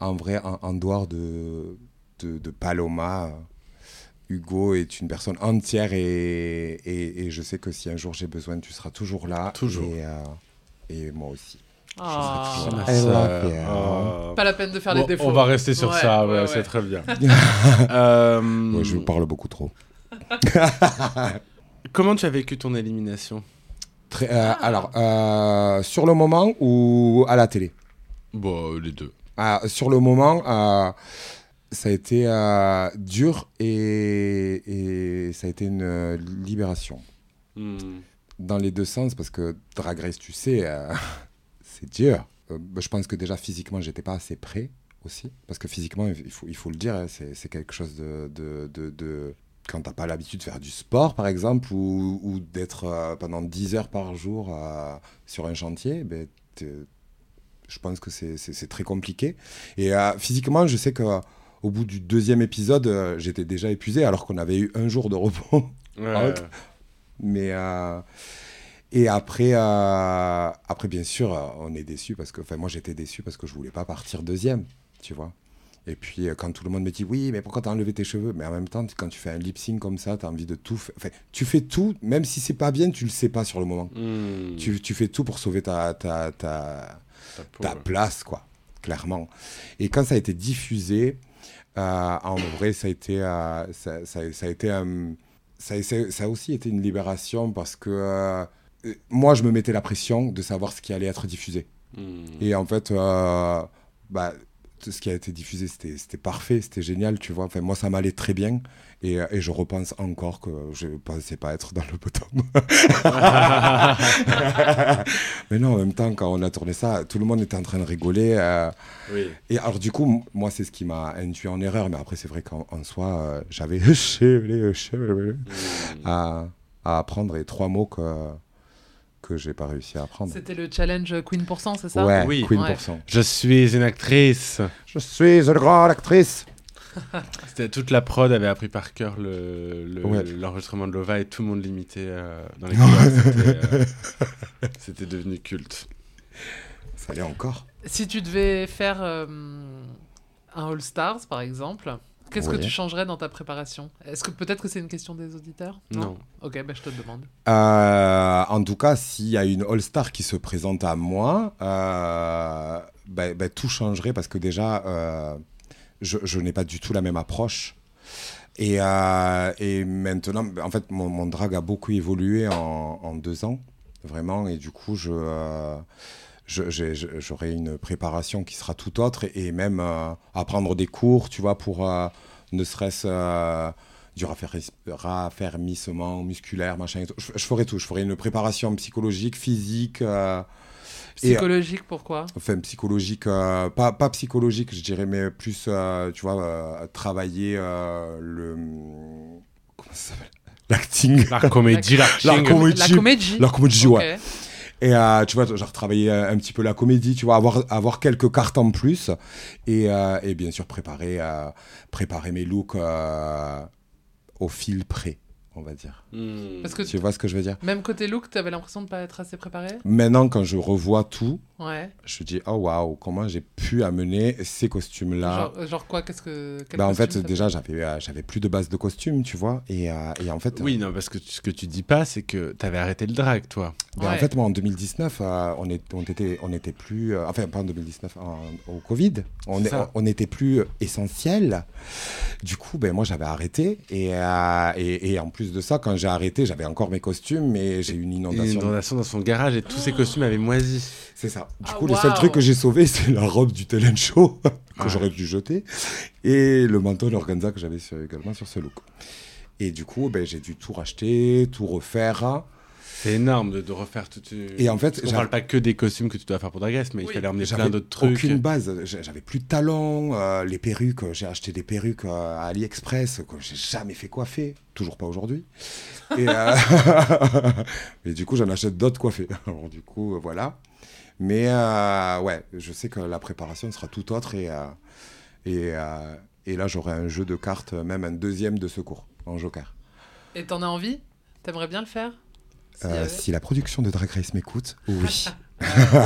S3: en, vrai en, en dehors de, de, de Paloma, euh, Hugo est une personne entière et, et, et je sais que si un jour j'ai besoin, tu seras toujours là.
S1: Toujours.
S3: Et, euh, et moi aussi.
S2: Ah.
S3: Je sais que
S1: Ma
S3: I love
S1: sœur.
S3: you.
S1: Oh.
S2: Pas la peine de faire
S1: Bon,
S2: les défauts.
S1: on va rester sur
S2: Ouais,
S1: ça,
S2: ouais,
S1: ouais,
S2: ouais.
S1: c'est très
S2: [laughs]
S1: bien. Euh,
S3: Moi, je parle beaucoup trop.
S1: Comment tu as vécu ton élimination
S3: Très- euh, alors, euh, sur le moment ou à la télé Bah,
S1: Bon, les deux.
S3: Ah, sur le moment, euh, ça a été euh, dur et, et ça a été une euh, libération.
S1: Hmm.
S3: Dans les deux sens, parce que Drag Race, tu sais, euh, [laughs] c'est dur. Euh, je pense que déjà physiquement, j'étais pas assez prêt aussi. Parce que physiquement, il faut, il faut le dire, hein, c'est c'est quelque chose de. de, de, de- quand t'as pas l'habitude de faire du sport, par exemple, ou, ou d'être euh, pendant 10 heures par jour euh, sur un chantier, ben, t'es- je pense que c'est- c'est c'est très compliqué. Et euh, physiquement, je sais que. euh, Au bout du deuxième épisode, euh, j'étais déjà épuisé alors qu'on avait eu un jour de repos.
S1: Ouais.
S3: Mais euh, et après, euh, après bien sûr, euh, on est déçu parce que, enfin, moi j'étais déçu parce que je voulais pas partir deuxième, tu vois. Et puis euh, quand tout le monde me dit oui, mais pourquoi t'as enlevé tes cheveux Mais en même temps, tu- quand tu fais un lip sync comme ça, t'as envie de tout. fa- Enfin, tu fais tout, même si c'est pas bien, tu le sais pas sur le moment.
S1: Hmm.
S3: Tu, tu fais tout pour sauver ta- ta, ta,
S1: Ta peau,
S3: ta
S1: ouais.
S3: place, quoi, clairement. Et quand ça a été diffusé, euh, en vrai, ça a été, euh, ça, ça- ça a été, euh, ça, ça- ça a aussi été une libération parce que euh, euh, moi, je me mettais la pression de savoir ce qui allait être diffusé.
S1: Hmm.
S3: Et en fait, euh, bah, tout ce qui a été diffusé, c'était c'était parfait, c'était génial, tu vois. Enfin, moi, ça m'allait très bien. Et, euh, et je repense encore que je ne pensais pas être dans le bottom. [laughs] Mais non, en même temps, quand on a tourné ça, tout le monde était en train de rigoler. euh,
S1: Oui.
S3: et alors, du coup, m- moi, c'est ce qui m'a induit en erreur. Mais après, c'est vrai qu'en en soi, euh, j'avais [laughs]
S1: Mm.
S3: à, à apprendre les trois mots que, que j'ai pas réussi à apprendre.
S2: C'était le challenge Queen pour cent, c'est ça
S3: Ouais,
S1: Oui.
S3: Queen
S2: Ouais.
S3: pour cent.
S1: Je suis une actrice.
S3: Je suis une grande actrice.
S1: C'était- toute la prod avait appris par cœur le- le-
S3: Ouais.
S1: l'enregistrement de Lova et tout le monde l'imitait euh, dans
S3: [laughs]
S1: les couloirs. C'était, euh, C'était devenu culte.
S3: Ça allait encore.
S2: Si tu devais faire euh, un All Stars, par exemple, qu'est-ce
S3: Ouais.
S2: que tu changerais dans ta préparation Est-ce que peut-être que c'est une question des auditeurs
S1: Non.
S2: Ok, ben je te le demande.
S3: Euh, en tout cas, s'il y a une All-Star qui se présente à moi, euh, ben- ben, tout changerait parce que déjà, euh, je, je n'ai pas du tout la même approche. Et, euh, et maintenant, ben, en fait, mon, mon drag a beaucoup évolué en, en deux ans, vraiment. Et du coup, je, euh, je- j'ai- je- j'aurai une préparation qui sera tout autre et, et même euh, apprendre des cours, tu vois, pour euh, ne serait-ce. euh, du raffermis- raffermissement musculaire, machin. et tout. Je, je ferai tout. Je ferai une préparation psychologique, physique, euh, et, euh,
S2: Psychologique, pourquoi
S3: enfin psychologique, euh, pas, pas psychologique, je dirais, mais plus, euh, tu vois, euh, travailler euh, le. hum, Comment ça s'appelle L'acting.
S1: L'art comédie, l'art
S3: La
S1: king.
S3: comédie.
S2: La comédie.
S3: La comédie, ouais.
S2: Ok.
S3: Et euh, tu vois, genre travailler euh, un petit peu la comédie, tu vois, avoir, avoir quelques cartes en plus. Et, euh, et bien sûr, préparer, euh, préparer mes looks euh, au fil près, on va dire.
S1: Hmm.
S2: Parce que
S3: Tu vois ce que je veux dire
S2: même côté look, t'avais l'impression de pas être assez préparé
S3: Maintenant, quand je revois tout,
S2: Ouais.
S3: je me dis, oh waouh, comment j'ai pu amener ces costumes-là
S2: Genre, euh, genre quoi Qu'est-ce que quel
S3: Ah. bah, En
S2: costume
S3: fait,
S2: t'as
S3: déjà, j'avais euh, j'avais plus de base de costume, tu vois. Et, euh, et en fait,
S1: Oui, non, parce que tu- ce que tu dis pas, c'est que t'avais arrêté le drag, toi.
S3: Ben,
S2: Ouais.
S3: En fait, moi, en 2019, euh, on, est, on, était, on était plus. euh, enfin, pas en 2019, en- au Covid. On,
S1: C'est
S3: est-
S1: ça.
S3: on était plus essentiel. Du coup, ben, moi, j'avais arrêté. Et, euh, et, et en plus de ça, quand j'ai arrêté, j'avais encore mes costumes, mais j'ai eu une
S1: Il y a Une
S3: inondation.
S1: inondation dans son garage et tous
S2: Oh.
S1: ses costumes avaient moisi.
S3: C'est ça. Du
S2: Ah,
S3: coup, le seul
S2: waouh.
S3: truc que j'ai sauvé, [laughs] c'est la robe du talent show que
S1: Ouais.
S3: j'aurais dû jeter et le manteau d'organza que j'avais sur- également sur ce look. Et du coup, ben, j'ai dû tout racheter, tout refaire.
S1: C'est énorme de, de refaire toute une.
S3: Et en fait,
S1: on
S3: j'avais-
S1: parle pas que des costumes que tu dois faire pour Drag Race, mais
S2: Oui.
S1: il fallait emmener
S3: J'avais
S1: plein d'autres trucs.
S3: Aucune base. J'a- J'avais plus de talent. euh, les perruques, euh, j'ai acheté des perruques euh, à AliExpress que j'ai jamais fait coiffer. Toujours pas aujourd'hui. Et, euh, [laughs] et du coup, j'en achète d'autres coiffées. [laughs] Alors, du coup, euh, voilà. Mais euh, ouais, je sais que la préparation sera tout autre. Et, euh, et, euh, et là, j'aurai un jeu de cartes, euh, même un deuxième de secours en joker.
S2: Et t'en as envie T'aimerais bien le faire S'il y Bah,
S3: Euh,
S2: avait
S3: si la production de Drag Race m'écoute,
S2: [laughs]
S3: oui.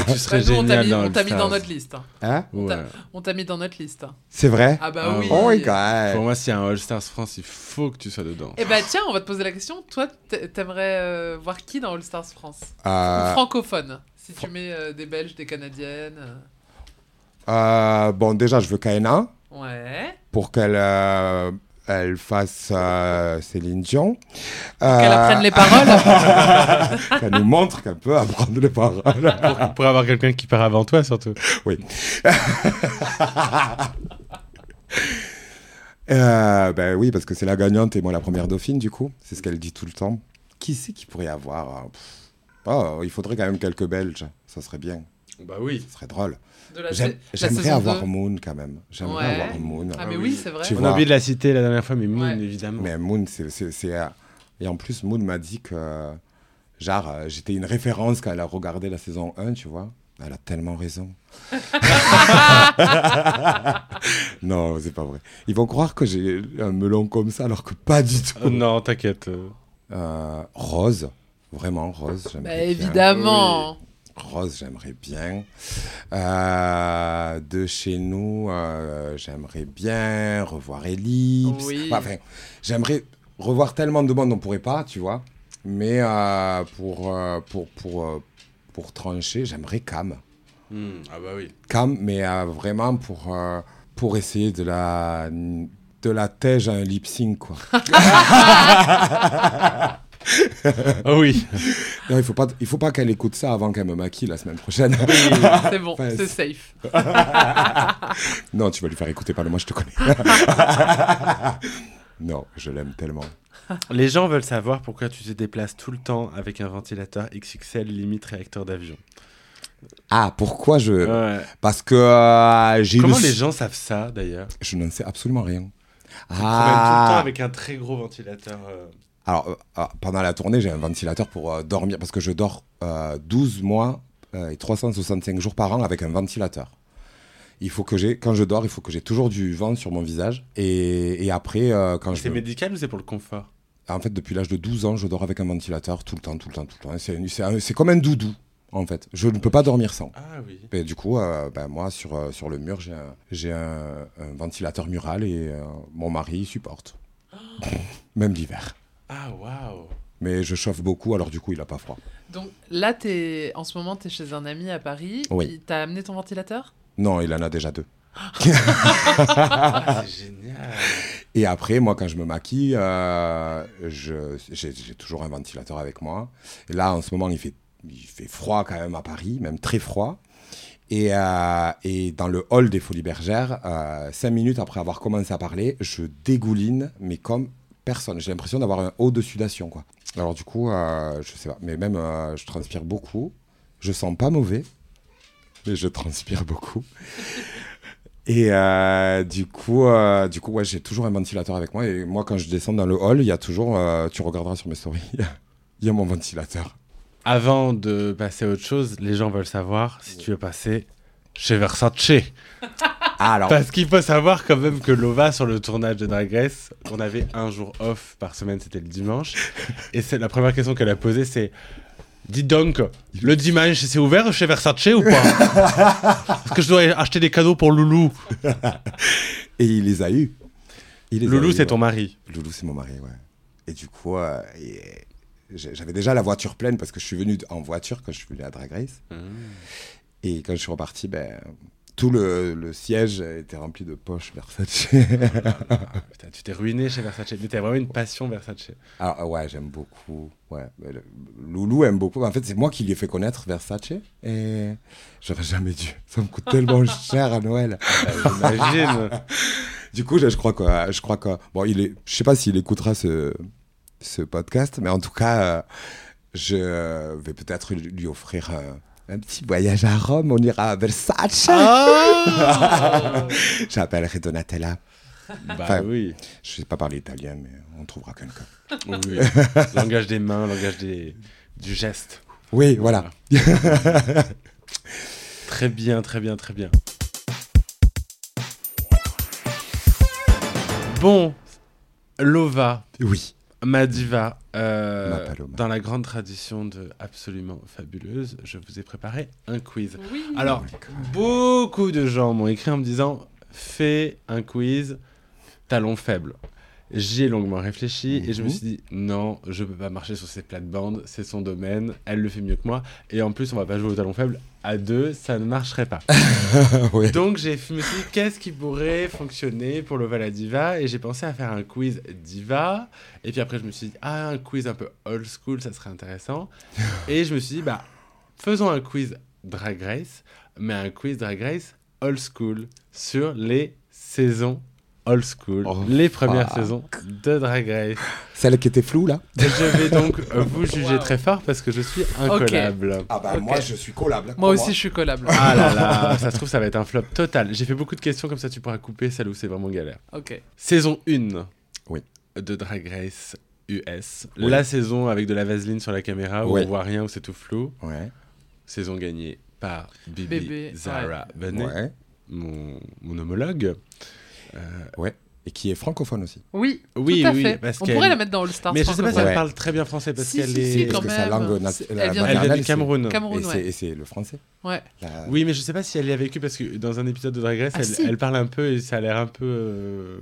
S1: tu serais
S2: Bah, nous, on t'a
S1: génial
S2: mis,
S1: dans
S2: on t'a mis dans
S1: All-Stars.
S2: notre liste. hein.
S3: Hein
S1: Ouais.
S2: On t'a mis dans notre liste. hein.
S3: C'est vrai
S2: Ah bah
S1: Ah
S2: oui.
S1: ouais.
S3: Oh my god
S1: Pour moi, s'il y a un All Stars France, il faut que tu sois dedans.
S2: Eh bah tiens, on va te poser la question. Toi, t'a- t'aimerais euh, voir qui dans All Stars France
S3: Euh,
S2: Ou Francophone. Si tu mets euh, des Belges, des Canadiennes. euh,
S3: euh, Bon, déjà, je veux Kaena
S2: Ouais.
S3: pour qu'elle euh, elle fasse euh, Céline Dion. Euh,
S2: Qu'elle apprenne les
S3: [laughs]
S2: paroles.
S3: qu'elle nous montre qu'elle peut [laughs] apprendre les paroles.
S1: Pour, pour avoir quelqu'un qui part avant toi, surtout.
S3: Euh, ben oui, parce que c'est la gagnante et moi la première dauphine, du coup. C'est ce qu'elle dit tout le temps. Qui c'est qui pourrait y avoir euh, pff, oh, Il faudrait quand même quelques Belges. Ça serait bien.
S1: Bah oui.
S3: Ça serait drôle.
S2: de la-
S3: J'aime-
S2: la
S3: J'aimerais
S2: saison
S3: avoir
S2: 2.
S3: Moon quand même. J'aimerais
S2: Ouais.
S3: avoir Moon.
S2: Ah mais
S1: Ah
S2: oui,
S1: oui.
S2: c'est vrai.
S3: Tu
S1: On
S3: vois.
S1: a oublié de la citer la dernière fois, mais Moon,
S2: Ouais.
S1: évidemment.
S3: Mais Moon, c'est- c'est. c'est, euh, Et en plus, Moon m'a dit que. Genre, euh, j'étais une référence quand elle a regardé la saison 1, tu vois. Elle a tellement raison. non, c'est pas vrai. Ils vont croire que j'ai un melon comme ça, alors que pas du tout.
S1: Oh, non, t'inquiète. euh,
S3: Euh, Rose, vraiment Rose,
S2: Bah,
S3: j'aimerais bien.
S2: évidemment.
S3: Rose, j'aimerais bien. Euh, de chez nous, euh, j'aimerais bien revoir Ellipse.
S2: Oui.
S3: Enfin, j'aimerais revoir tellement de monde, on pourrait pas, tu vois. Mais euh, pour, euh, pour, pour, euh, pour trancher, j'aimerais Cam.
S1: hmm, Ah bah oui.
S3: Cam, mais euh, vraiment pour, euh, pour essayer de la, de la tège à un lip sync, quoi.
S1: Ah oui.
S3: Non, il faut pas, il faut pas qu'elle écoute ça avant qu'elle me maquille la semaine prochaine.
S2: C'est
S1: Ah,
S2: bon,
S3: Enfin,
S2: c'est safe.
S3: non, tu vas lui faire écouter par le moi, je te [laughs] connais. non, je l'aime tellement.
S1: [laughs] Les gens veulent savoir pourquoi tu te déplaces tout le temps avec un ventilateur XXL limite réacteur d'avion.
S3: Ah, pourquoi je
S1: Ouais.
S3: Parce que euh, j'ai
S1: Euh. Comment
S3: une-
S1: les gens savent ça d'ailleurs
S3: Je n'en sais absolument rien.
S1: Ils promènent tout le temps
S3: Ah.
S1: avec un très gros ventilateur. euh,
S3: Alors, euh, euh, pendant la tournée, j'ai un ventilateur pour euh, dormir parce que je dors euh, 12 mois euh, et 365 jours par an avec un ventilateur. Il faut que j'ai, quand je dors, il faut que j'ai toujours du vent sur mon visage. Et, et après, euh, quand je
S1: C'est
S3: me-
S1: médical ou c'est pour le confort
S3: En fait, depuis l'âge de 12 ans, je dors avec un ventilateur tout le temps, tout le temps, tout le temps. C'est, une- c'est un- c'est comme un doudou, en fait. Je ne peux pas dormir sans.
S1: Ah oui.
S3: Et du coup, euh, ben, moi, sur, euh, sur le mur, j'ai un, j'ai un- un ventilateur mural et euh, mon mari supporte. Même l'hiver.
S1: Ah waouh.
S3: Mais je chauffe beaucoup, alors du coup, il n'a pas froid.
S2: Donc là, t'es en ce moment, t'es chez un ami à Paris.
S3: Oui.
S2: Il- T'as amené ton ventilateur
S3: Non, il en a déjà deux.
S1: Ah, c'est génial.
S3: Et après, moi, quand je me maquille, euh, je- j'ai j'ai toujours un ventilateur avec moi. Et là, en ce moment, il fait, il fait froid quand même à Paris, même très froid. Et, euh, et dans le hall des Folies Bergères, euh, cinq minutes après avoir commencé à parler, je dégouline, mais comme personne. J'ai l'impression d'avoir un haut de sudation, quoi. Alors du coup, euh, je sais pas, mais même, euh, je transpire beaucoup. Je sens pas mauvais, mais je transpire beaucoup. Et euh, du coup, euh, du coup, ouais, j'ai toujours un ventilateur avec moi. Et moi, quand je descends dans le hall, il y a toujours, euh, tu regarderas sur mes stories, [laughs] il y a- il y a mon ventilateur.
S1: Avant de passer à autre chose, les gens veulent savoir si tu veux passer chez Versace.
S3: Ah, alors,
S1: Parce qu'il faut savoir quand même que Lova, sur le tournage de Drag Race, on avait un jour off par semaine, c'était le dimanche. Et c'est la première question qu'elle a posée, c'est Dis donc, le dimanche, c'est ouvert chez Versace ou pas Est-ce que je dois acheter des cadeaux pour Loulou
S3: et il les a eus. Il les a
S1: Loulou,
S3: eus,
S1: c'est ton
S3: ouais.
S1: mari.
S3: Loulou, c'est mon mari, ouais. Et du coup, euh, et- j'ai- j'avais déjà la voiture pleine parce que je suis venu d- en voiture quand je suis venu à Drag Race.
S1: Ah.
S3: Et quand je suis reparti, ben, tout le, le siège était rempli de poches Versace. [laughs]
S1: Putain, tu t'es ruiné chez Versace. Mais t'as vraiment une passion Versace.
S3: Alors, euh, ouais, j'aime beaucoup. Ouais. Mais le- Loulou aime beaucoup. En fait, c'est moi qui lui ai fait connaître Versace. Et j'aurais jamais dû. Ça me coûte [laughs] tellement cher à Noël.
S1: Ah, J'imagine.
S3: Du coup, je, je crois que. euh, Je crois que bon, il est, je sais pas s'il écoutera ce, ce podcast, mais en tout cas, euh, je vais peut-être lui- lui offrir euh, un petit voyage à Rome. On ira à Versace. Ah J'appellerai Donatella.
S1: Bah
S3: Enfin,
S1: oui.
S3: Je sais pas parler italien, mais on trouvera quelqu'un.
S1: Oui, oui. langage des mains, langage des... du geste.
S3: Oui, voilà. [laughs]
S1: Très bien, très bien, très bien. Bon, Lova,
S3: Oui.
S1: Ma diva, euh,
S3: Ma Paloma.
S1: dans la grande tradition de absolument fabuleuse, je vous ai préparé un quiz.
S2: Oui.
S1: Alors, beaucoup de gens m'ont écrit en me disant fais un quiz talon faible. J'y ai longuement réfléchi et je me
S3: Mhm.
S1: suis dit non, je peux pas marcher sur ces plates-bandes, c'est son domaine, elle le fait mieux que moi et en plus on va pas jouer au talon faible à deux, ça ne marcherait pas.
S3: [laughs] Ouais.
S1: Donc j'ai je me suis dit qu'est-ce qui pourrait fonctionner pour l'Oval à Diva et j'ai pensé à faire un quiz Diva et puis après je me suis dit ah un quiz un peu old school ça serait
S3: [laughs]
S1: intéressant et je me suis dit bah faisons un quiz Drag Race mais un quiz Drag Race old school sur les saisons old school
S3: Oh,
S1: les premières
S3: fuck.
S1: saisons de Drag Race
S3: Celle qui était floue, là
S1: et je vais
S3: [laughs]
S1: donc euh, vous juger
S2: Wow.
S1: très fort parce que je suis incollable
S3: Ah bah
S2: Ok.
S3: moi, je suis collable.
S2: Moi aussi, je suis collable.
S1: Ah là là, ça se trouve, ça va être un flop total. J'ai fait beaucoup de questions, comme ça tu pourras couper celle où c'est vraiment galère.
S2: Ah, Ok.
S1: Saison 1
S3: Oui.
S1: de Drag Race US.
S3: Oui.
S1: La saison avec de la vaseline sur la caméra où
S3: Oui.
S1: on voit rien, où c'est tout flou.
S3: Ouais.
S1: Saison gagnée par Bibi
S2: Bébé,
S1: Zara Benet,
S3: ouais.
S1: mon, mon homologue.
S3: Et qui est francophone aussi.
S2: Oui,
S1: Oui,
S2: tout à
S1: oui,
S2: fait.
S1: parce
S2: On
S1: qu'elle-
S2: pourrait la mettre dans All Stars.
S1: Mais je sais pas si elle
S3: Ouais.
S1: parle très bien français parce
S2: Si,
S1: qu'elle
S2: si,
S1: est...
S2: si, quand
S3: Parce que sa
S2: même.
S3: langue
S2: C'est-
S3: nat-
S2: elle
S3: la
S2: vient du
S1: Elle vient
S3: maternelle,
S1: du
S3: c'est-
S1: Cameroun.
S2: Cameroun,
S3: Et
S2: ouais.
S3: c'est- et c'est le français.
S2: Ouais.
S3: La-
S1: Oui, mais je sais pas si elle y a vécu parce que dans un épisode de Drag Race,
S2: Ah,
S1: elle,
S2: si.
S1: elle parle un peu et ça a l'air un peu euh,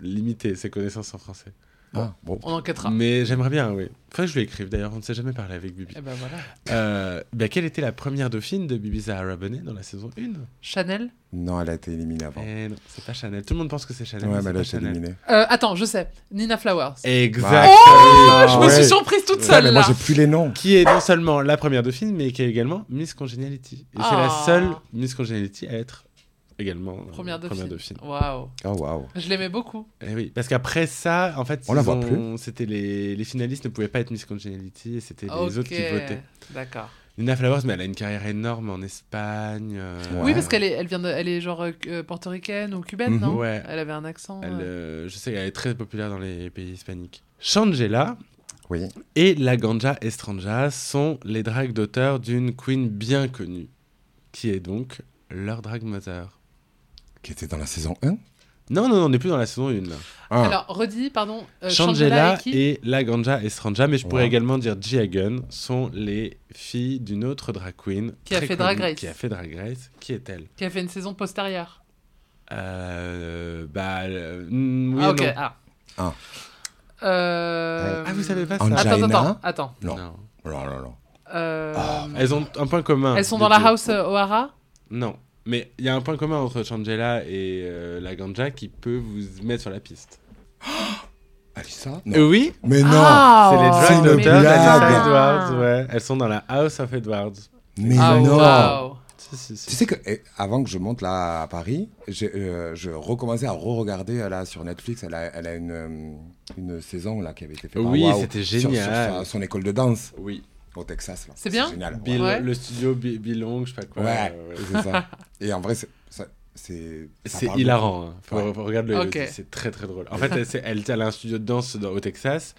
S1: limité ses connaissances en français.
S3: Ah, bon.
S2: On enquêtera.
S1: Mais j'aimerais bien, oui. Faudrait que je lui écrive d'ailleurs, on ne s'est jamais parlé avec
S2: [laughs]
S1: Bibi.
S2: Eh ben voilà.
S1: Euh, bah, quelle était la première dauphine de Bibi Zahara Bonnet dans la saison 1
S2: Chanel.
S3: Non, elle a été éliminée avant.
S1: Eh non, c'est pas Chanel. Tout le monde pense que c'est Chanel.
S3: Ouais,
S1: c'est
S3: mais elle
S1: pas
S3: a été éliminée.
S2: Euh, attends, je sais. Nina Flowers.
S1: Exactement.
S2: Ah, je me
S3: ouais.
S2: suis surprise toute
S3: Putain,
S2: seule
S3: mais
S2: là.
S3: moi, j'ai plus les noms.
S1: Qui est non seulement la première dauphine, mais qui est également Miss Congeniality. Et c'est la
S2: Ah.
S1: seule Miss Congeniality à être également euh,
S2: Première dauphine.
S1: dauphine.
S2: Waouh.
S3: Oh, waouh.
S2: Je l'aimais beaucoup.
S1: Eh oui, parce qu'après ça, en fait,
S3: On la
S1: ils
S3: voit
S1: ont- c'était les, les finalistes ne pouvaient pas être Miss Congeniality et c'était les autres
S2: Ok.
S1: qui votaient.
S2: D'accord.
S1: Nina Flowers, mais elle a une carrière énorme en Espagne. euh,
S3: Ouais.
S2: Oui, parce qu'elle est, elle vient de, elle est genre euh, euh, portoricaine ou cubaine,
S3: Mhm.
S2: non
S1: Ouais.
S2: Elle avait un accent.
S1: Elle,
S2: euh.
S1: euh, je sais qu'elle est très populaire dans les pays hispaniques. Shangela
S3: Oui.
S1: et La Ganja Estranja sont les dragues d'auteur d'une queen bien connue, qui est donc leur drag mother.
S3: Qui était dans la saison 1
S1: Non, non, non, on n'est plus dans la saison 1. euh,
S3: Ah.
S2: Alors, redis, pardon. euh,
S1: Shangela
S2: Shangela et qui
S1: et La Ganja Estranja, mais je pourrais
S3: Ouais.
S1: également dire Gia Gunn, sont les filles d'une autre drag queen.
S2: Qui a
S1: très
S2: fait Drag
S1: connue,
S2: Race.
S1: Qui a fait Drag Race. Qui est-elle
S2: Qui a fait une saison postérieure.
S1: Euh, Bah. euh, mm, oui et
S2: ah, ok.
S1: non.
S2: Ah.
S3: Ah.
S2: Euh...
S1: Ah, vous savez pas ça
S3: Angela.
S2: Attends, attends,
S3: Jaina.
S2: attends.
S3: Non.
S1: Non.
S3: Non, non, non.
S2: Euh,
S3: Ah,
S1: Elles ont un point commun.
S2: Elles sont
S1: les
S2: dans la
S1: deux.
S2: house euh, O'Hara
S1: Non, mais il y a un point commun entre Shangela et euh, la Ganja qui peut vous mettre sur la piste.
S3: Alissa
S1: Euh, oui
S3: Mais non
S2: Ah,
S1: C'est les
S3: c'est
S1: Drag
S3: une
S1: Daughters,
S3: blague.
S1: Alissa Edwards,
S3: Ah.
S1: ouais. Elles sont dans la House of Edwards.
S3: Mais
S2: Ah,
S3: non
S2: waouh.
S1: Si, si, si.
S3: Tu sais que eh, avant que je monte là à Paris, j'ai, euh, je recommençais à re-regarder euh, là sur Netflix. Elle a, elle a une, euh, une saison là qui avait été faite. par
S1: Oui,
S3: Wow
S1: c'était
S3: sur- sur
S1: génial.
S3: sa- son école de danse
S1: Oui,
S3: au Texas. là.
S2: C'est bien
S3: génial. ouais.
S1: Bill-
S2: Ouais.
S1: le studio Bi- Bilong, je sais pas quoi.
S3: Ouais,
S1: euh, ouais.
S3: c'est ça.
S2: [laughs]
S3: Et en vrai, c'est ça- c'est ça
S1: C'est
S3: parle
S1: hilarant. hein. Faut-
S3: Ouais.
S1: faut- regarde le.
S2: Ok.
S1: C'est très très drôle. En fait, elle, c'est- elle, elle a un studio de danse dans- au Texas.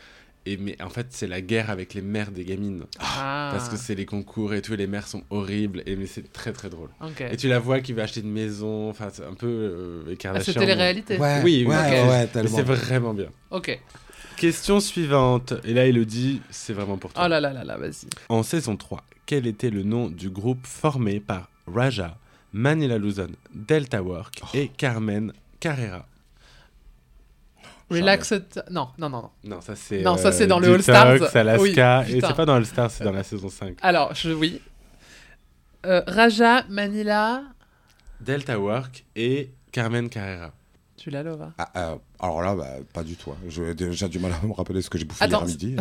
S1: Et, mais en fait, c'est la guerre avec les mères des gamines.
S2: Ah,
S1: Parce que c'est les concours et tout, et les mères sont horribles. Et, mais c'est très très drôle.
S2: ok.
S1: Et tu la vois qui va acheter une maison, enfin c'est un peu euh,
S2: Ah,
S1: Kardashian,
S2: c'est
S1: mais-
S2: télé-réalité.
S3: beaucoup. Ouais,
S1: Oui, oui,
S3: ouais,
S1: ok.
S3: ouais, ouais,
S1: mais
S3: tellement.
S1: c'est vraiment bien.
S2: Ok.
S1: Question suivante, et là Elodie, c'est vraiment pour toi.
S2: Oh là là là là, vas-y.
S1: En saison 3, quel était le nom du groupe formé par Raja, Manila Luzon, Delta Work
S2: Oh.
S1: et Carmen Carrera
S2: Relaxed. Non, non, non, non.
S1: Non, ça c'est euh,
S2: Non, ça, c'est dans le
S1: Detox,
S2: All Stars.
S1: Alaska,
S2: Oui,
S1: et
S2: putain.
S1: c'est pas dans All Stars, c'est dans la saison 5.
S2: Alors, je. Oui. Euh, Raja, Manila.
S1: Delta Work et Carmen Carrera.
S2: Tu l'as, Lova
S3: Ah, euh, alors là, bah, pas du tout. hein. J'ai déjà du mal à me rappeler ce que j'ai bouffé
S2: Attends.
S3: hier à midi.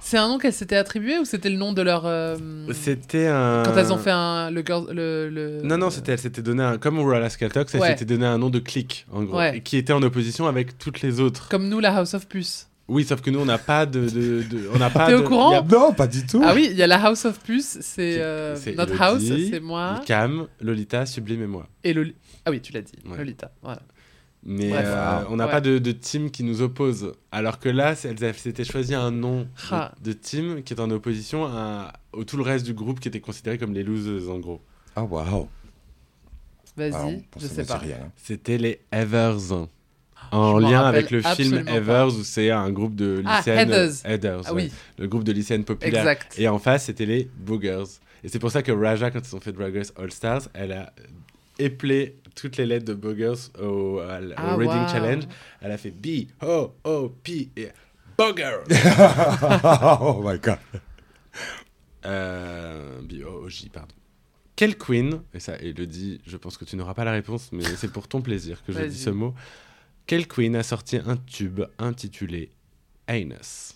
S2: C'est un nom qu'elles s'étaient attribué ou c'était le nom de leur. euh,
S1: C'était un...
S2: Quand elles ont fait un. Le girl. Le, le-
S1: Non, non, c'était, elle s'était donné un. Comme au Alaska Talks, elle
S2: Ouais.
S1: s'était donné un nom de clique, en gros.
S2: Ouais.
S1: et Qui était en opposition avec toutes les autres.
S2: Comme nous, la House of Puce.
S1: Oui, sauf que nous, on n'a pas de. de- de- on n'a pas
S2: [laughs] T'es au
S1: de-
S2: courant
S1: il y a
S3: non, pas du tout.
S2: Ah oui, il y a la House of Puce, c'est
S1: C'est-
S2: euh,
S1: c'est
S2: notre
S1: Elodie,
S2: house, c'est moi.
S1: Cam, Lolita, Sublime et moi.
S2: Et Loli- Ah oui, tu l'as dit,
S1: Ouais.
S2: Lolita. voilà.
S1: Mais
S2: Bref.
S1: euh, on n'a
S2: Ouais.
S1: pas de, de team qui nous oppose. Alors que là, c'est- elles avaient- s'étaient choisi un nom de-
S2: Ah.
S1: de, team qui est en opposition à, au tout le reste du groupe qui était considéré comme les losers, en gros.
S3: Ah, waouh. Ah, Alors,
S2: Vas-y,
S3: pour
S2: je
S1: Ah,
S3: ça,
S2: sais
S3: moi, c'est
S2: pas.
S3: rien, hein. [laughs]
S1: C'était les Evers. en
S2: Je m'en
S1: lien
S2: rappelle
S1: avec le film
S2: absolument pas.
S1: Evers où c'est un groupe de
S2: Ah,
S1: lycéennes.
S2: Heathers.
S1: Heathers,
S2: Ah
S1: ouais.
S2: oui,
S1: Le groupe de lycéennes populaires.
S2: exact.
S1: Et en face, c'était les Boogers. Et c'est pour ça que Raja, quand ils ont fait Drag Race All Stars, elle a éplé toutes les lettres de Boogers au, à l- au
S2: Ah,
S1: Reading
S2: waouh.
S1: Challenge. Elle a fait B, O, O, P et Boogers.
S2: [laughs]
S3: oh my god.
S1: Euh, B-O-O-J, pardon. Quelle queen, et ça, Elodie, je pense que tu n'auras pas la réponse,
S2: [laughs]
S1: mais c'est pour ton plaisir que je
S2: Vas-y.
S1: dis ce mot. Quelle queen a sorti un tube intitulé Anus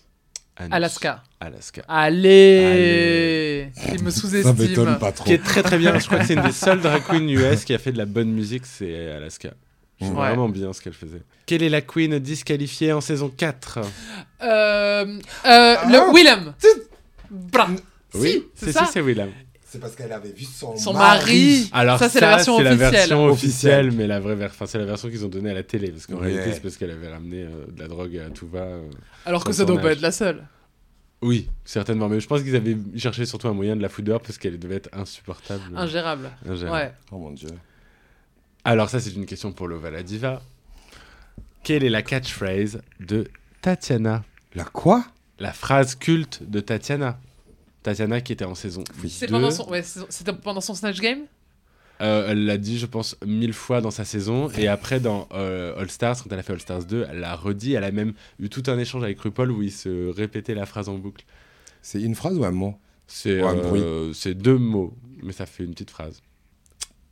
S1: Anus.
S2: Alaska.
S1: Alaska.
S2: Allez,
S1: [laughs]
S2: Il me
S3: Ça m'étonne
S2: sous-estime.
S3: pas trop.
S1: Qui est très très bien. Je crois que c'est une des seules drag queens US qui a fait de la bonne musique, c'est Alaska. Je trouve
S2: Ouais.
S1: vraiment bien ce qu'elle faisait. Quelle est la queen disqualifiée en saison 4
S2: Euh, euh,
S1: Ah.
S2: le Willem. Bra. Si, c'est
S1: c'est
S2: ça.
S1: c'est Willam.
S3: C'est parce qu'elle avait vu son,
S2: Son mari.
S1: Alors
S2: ça, c'est la version
S1: c'est la
S2: officielle.
S1: version officielle,
S3: Officielle.
S1: mais la vraie ver- enfin, c'est la version qu'ils ont donnée à la télé parce qu'en
S3: Ouais.
S1: réalité c'est parce qu'elle avait ramené euh, de la drogue à tout va. euh.
S2: Alors que
S1: Son
S2: ça doit pas
S1: tournage.
S2: être la seule.
S1: Oui, certainement, mais je pense qu'ils avaient cherché surtout un moyen de la foutre dehors parce qu'elle devait être insupportable.
S2: Ingérable.
S1: Ingérable.
S2: Ouais.
S3: Oh mon dieu.
S1: Alors ça c'est une question pour Lova la diva. Quelle est la catchphrase de Tatiana
S3: La quoi
S1: La phrase culte de Tatiana. Tatiana qui était en saison
S3: Oui.
S2: C'est
S1: 2.
S2: pendant son, ouais, c'est- c'était pendant son Snatch Game.
S1: Euh, elle l'a dit, je pense, mille fois dans sa saison. Et après, dans euh, All Stars, quand elle a fait All Stars 2, elle l'a redit. Elle a même eu tout un échange avec RuPaul où il se répétait la phrase en boucle.
S3: C'est une phrase ou un mot
S1: C'est
S3: Ouais, un
S1: euh, c'est deux mots, mais ça fait une petite phrase.